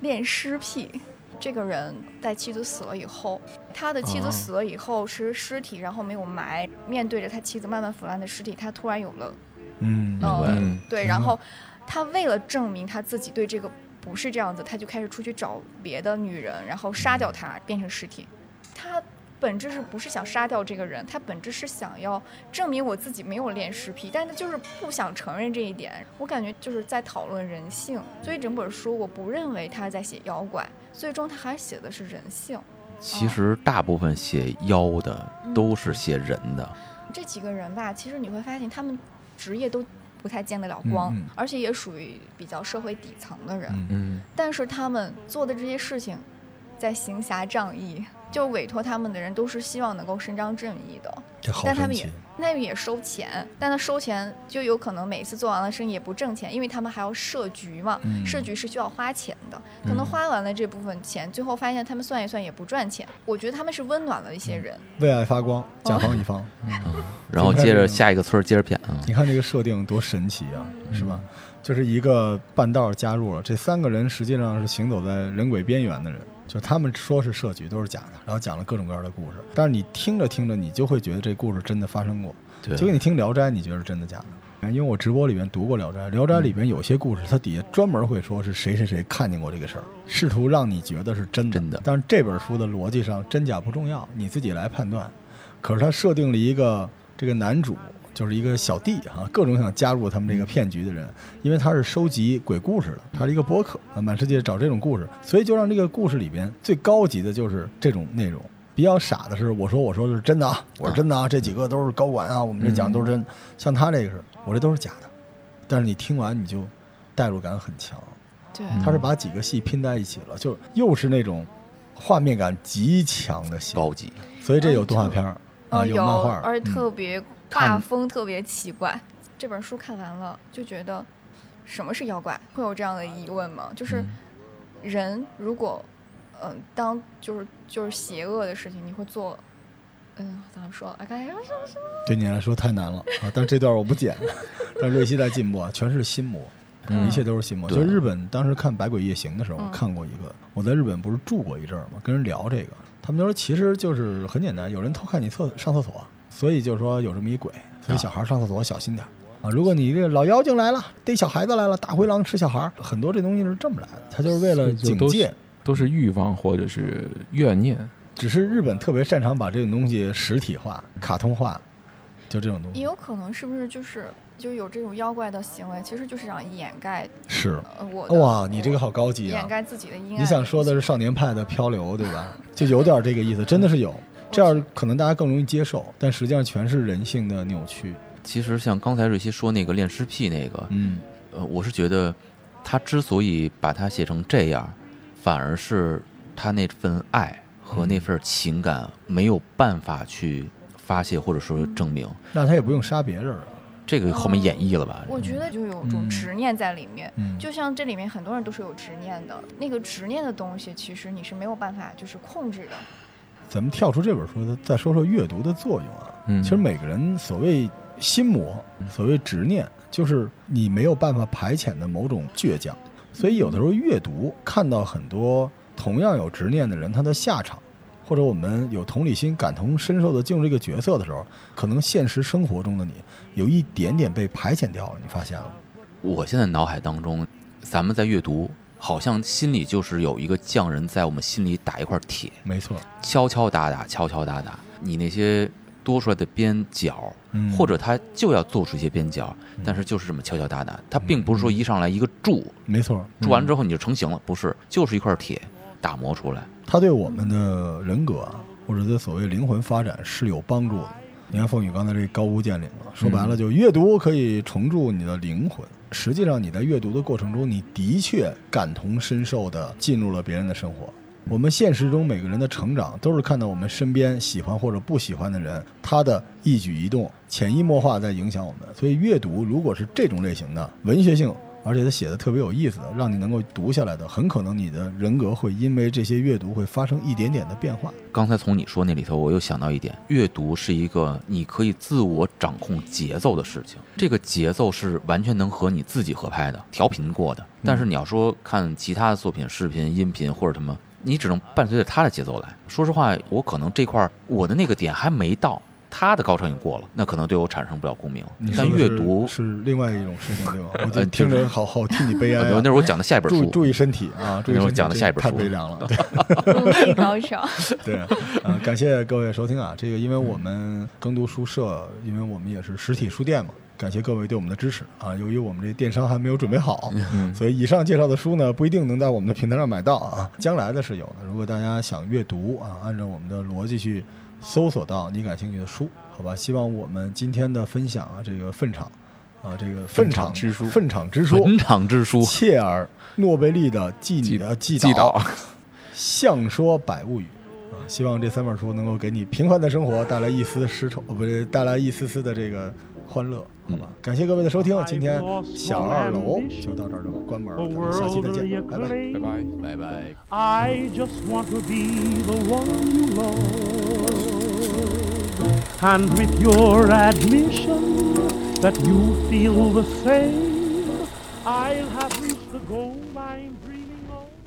Speaker 5: 恋尸癖。这个人在妻子死了以后，他的妻
Speaker 6: 哦
Speaker 5: 子死了以后是尸体，然后没有埋，面对着他妻子慢慢腐烂的尸体，他突然有了
Speaker 3: 嗯
Speaker 5: 呃
Speaker 4: 白
Speaker 6: 嗯
Speaker 5: 对，然后他为了证明他自己对这个不是这样子，他就开始出去找别的女人，然后杀掉她，变成尸体。他本质是不是想杀掉这个人？他本质是想要证明我自己没有恋尸癖，但他就是不想承认这一点。我感觉就是在讨论人性，所以整本书我不认为他在写妖怪，最终他还写的是人性。
Speaker 4: 其实大部分写妖的都是写人的，
Speaker 5: 这几个人吧，其实你会发现他们职业都不太见得了光，
Speaker 3: 嗯嗯
Speaker 5: 而且也属于比较社会底层的人。
Speaker 3: 嗯
Speaker 6: 嗯
Speaker 5: 但是他们做的这些事情，在行侠仗义，就委托他们的人都是希望能够伸张正义的，
Speaker 3: 这好
Speaker 5: 但他
Speaker 3: 神
Speaker 5: 们
Speaker 3: 奇
Speaker 5: 也。那也收钱，但他收钱就有可能每次做完了生意也不挣钱，因为他们还要设局嘛，
Speaker 3: 嗯
Speaker 5: 设局是需要花钱的，可能花完了这部分钱，最后发现他们算一算也不赚钱。我觉得他们是温暖了一些人，
Speaker 3: 为爱发光，甲方乙方。
Speaker 4: 然后接着下一个村儿接着骗啊，
Speaker 3: 你看这个设定多神奇啊，是吧？就是一个半道儿加入了，这三个人实际上是行走在人鬼边缘的人，就他们说是设局都是假的，然后讲了各种各样的故事。但是你听着听着，你就会觉得这故事真的发生过。
Speaker 4: 对
Speaker 3: 就跟你听《聊斋》，你觉得是真的假的？因为我直播里面读过《聊斋》，《聊斋》
Speaker 4: 嗯
Speaker 3: 里边有些故事，它底下专门会说是谁谁谁看见过这个事儿，试图让你觉得是真的。
Speaker 4: 真的
Speaker 3: 但是这本书的逻辑上真假不重要，你自己来判断。可是它设定了一个这个男主就是一个小弟啊，各种想加入他们
Speaker 4: 嗯
Speaker 3: 这个骗局的人，因为他是收集鬼故事的，他是一个播客啊，满世界找这种故事，所以就让这个故事里边最高级的就是这种内容。比较傻的是，我说我说的是真的啊，我是真的啊，这几个都是高管啊，我们这讲的都是真。像他这个是，我这都是假的，但是你听完你就代入感很强。
Speaker 5: 对，
Speaker 3: 他是把几个戏拼在一起了，就又是那种画面感极强的戏，
Speaker 4: 高级，
Speaker 3: 所以这有动画片儿啊，
Speaker 5: 哦有，
Speaker 3: 漫画儿，
Speaker 5: 而且
Speaker 3: 嗯
Speaker 5: 特别画
Speaker 3: 看
Speaker 5: 风特别奇怪。这本书看完了就觉得，什么是妖怪？会有这样的疑问吗？就是
Speaker 3: 嗯
Speaker 5: 人如果，嗯、当就是就是邪恶的事情，你会做，嗯，怎么说？啊，刚才
Speaker 3: 对你来说太难了啊！但是这段我不剪，但是瑞希在进步啊，全是心魔，
Speaker 5: 嗯
Speaker 3: 一切都是心魔。就
Speaker 4: 对
Speaker 3: 日本当时看《百鬼夜行》的时候，
Speaker 5: 嗯
Speaker 3: 我看过一个，我在日本不是住过一阵儿嘛，跟人聊这个，他们就说其实就是很简单，有人偷看你厕上厕所，所以就是说有这么一鬼，所以小孩上厕所小心点儿。啊，如果你这个老妖精来了，逮小孩子来了，大灰狼吃小孩儿，很多这东西是这么来的，他就是为了
Speaker 6: 所以
Speaker 3: 警
Speaker 6: 就都是
Speaker 3: 戒，
Speaker 6: 都是欲望或者是怨念，
Speaker 3: 只是日本特别擅长把这种东西实体化、卡通化，就这种东
Speaker 5: 也
Speaker 3: 西
Speaker 5: 有可能是不是就是就有这种妖怪的行为，其实就是想掩盖
Speaker 3: 是。
Speaker 5: 呃我的
Speaker 3: 哇，你这个好高级啊！
Speaker 5: 掩盖自己的阴暗。
Speaker 3: 你想说的是少年派的漂流，对吧？就有点这个意思，真的是有。这样可能大家更容易接受，但实际上全是人性的扭曲。
Speaker 4: 其实像刚才瑞希说那个恋尸癖那个，
Speaker 3: 嗯，
Speaker 4: 呃，我是觉得他之所以把它写成这样，反而是他那份爱和
Speaker 3: 嗯
Speaker 4: 那份情感没有办法去发泄或者说证明，
Speaker 3: 那他也不用杀别人啊。
Speaker 4: 这个后面演绎了吧？
Speaker 5: 哦我觉得就有种
Speaker 3: 嗯
Speaker 5: 执念在里面。
Speaker 3: 嗯，
Speaker 5: 就像这里面很多人都是有执念的，那个执念的东西，其实你是没有办法就是控制的。
Speaker 3: 咱们跳出这本书，再说说阅读的作用啊。
Speaker 6: 嗯，
Speaker 3: 其实每个人所谓心魔，
Speaker 4: 嗯
Speaker 3: 所谓执念，就是你没有办法排遣的某种倔强。所以有的时候阅读看到很多同样有执念的人，他的下场，或者我们有同理心、感同身受的进入这个角色的时候，可能现实生活中的你有一点点被排遣掉了，你发现了吗？
Speaker 4: 我现在脑海当中，咱们在阅读，好像心里就是有一个匠人在我们心里打一块铁，
Speaker 3: 没错，
Speaker 4: 敲敲打打，敲敲打打，你那些多出来的边角，
Speaker 3: 嗯
Speaker 4: 或者他就要做出一些边角，但是就是这么敲敲打打，他并
Speaker 3: 嗯
Speaker 4: 不是说一上来一个柱，
Speaker 3: 没错，嗯
Speaker 4: 柱完之后你就成型了，不是，就是一块铁打磨出来。
Speaker 3: 它对我们的人格啊，或者对所谓灵魂发展是有帮助的。你看凤宇刚才这高屋建瓴了，说白了就阅读可以重铸你的灵魂。实际上你在阅读的过程中，你的确感同身受的进入了别人的生活。我们现实中每个人的成长，都是看到我们身边喜欢或者不喜欢的人，他的一举一动，潜移默化在影响我们。所以阅读如果是这种类型的文学性，而且他写的特别有意思的，让你能够读下来的，很可能你的人格会因为这些阅读会发生一点点的变化。
Speaker 4: 刚才从你说那里头，我又想到一点，阅读是一个你可以自我掌控节奏的事情，这个节奏是完全能和你自己合拍的、调频过的。但是
Speaker 3: 嗯
Speaker 4: 你要说看其他的作品、视频、音频或者什么，你只能伴随着他的节奏来。说实话，我可能这块儿我的那个点还没到，他的高潮已经过了，那可能对我产生不了共鸣
Speaker 3: 你。
Speaker 4: 但
Speaker 3: 说的
Speaker 4: 阅
Speaker 3: 是
Speaker 4: 读，
Speaker 3: 是另外一种事情，对吧？我就
Speaker 4: 呃
Speaker 3: 听
Speaker 4: 就是
Speaker 3: 着好好替你悲 哀、
Speaker 4: 呃
Speaker 3: 啊
Speaker 4: 那。是我讲的下一本
Speaker 3: 注
Speaker 4: 书。
Speaker 3: 注意身体啊！注意身体
Speaker 4: 那是哎我讲的下一本
Speaker 3: 太
Speaker 4: 书
Speaker 3: 悲凉了。
Speaker 5: 入地高潮，
Speaker 3: 对，呃，感谢各位收听啊！这个，因为我们耕读书社，因为我们也是实体书店嘛，感谢各位对我们的支持啊！由于我们这电商还没有准备好，
Speaker 6: 嗯
Speaker 3: 所以以上介绍的书呢，不一定能在我们的平台上买到啊。将来的是有的，如果大家想阅读啊，按照我们的逻辑去搜索到你感兴趣的书，好吧？希望我们今天的分享啊，这个粪场啊，这个
Speaker 6: 粪
Speaker 3: 粪
Speaker 6: 场
Speaker 3: 场
Speaker 6: 之书嗯
Speaker 3: 粪场之书，
Speaker 4: 文场之书，
Speaker 3: 切尔诺贝利的妓女的
Speaker 6: 记
Speaker 3: 记
Speaker 6: 记
Speaker 3: 岛。相说百物语》啊，希望这三本书能够给你平凡的生活带来一丝丝愁，呃不是带来一丝丝的这个欢乐，好吧？感谢各位的收听，今天小二楼就到这儿就关门
Speaker 2: A
Speaker 3: 了，咱们下期再
Speaker 2: worldly
Speaker 3: 见，拜拜。
Speaker 6: 拜
Speaker 2: acclaim.
Speaker 6: 拜。
Speaker 4: 拜拜。
Speaker 2: I just want to be the one you love. And with your admission that you feel the same, I'll have reached the goal I'm dreaming of.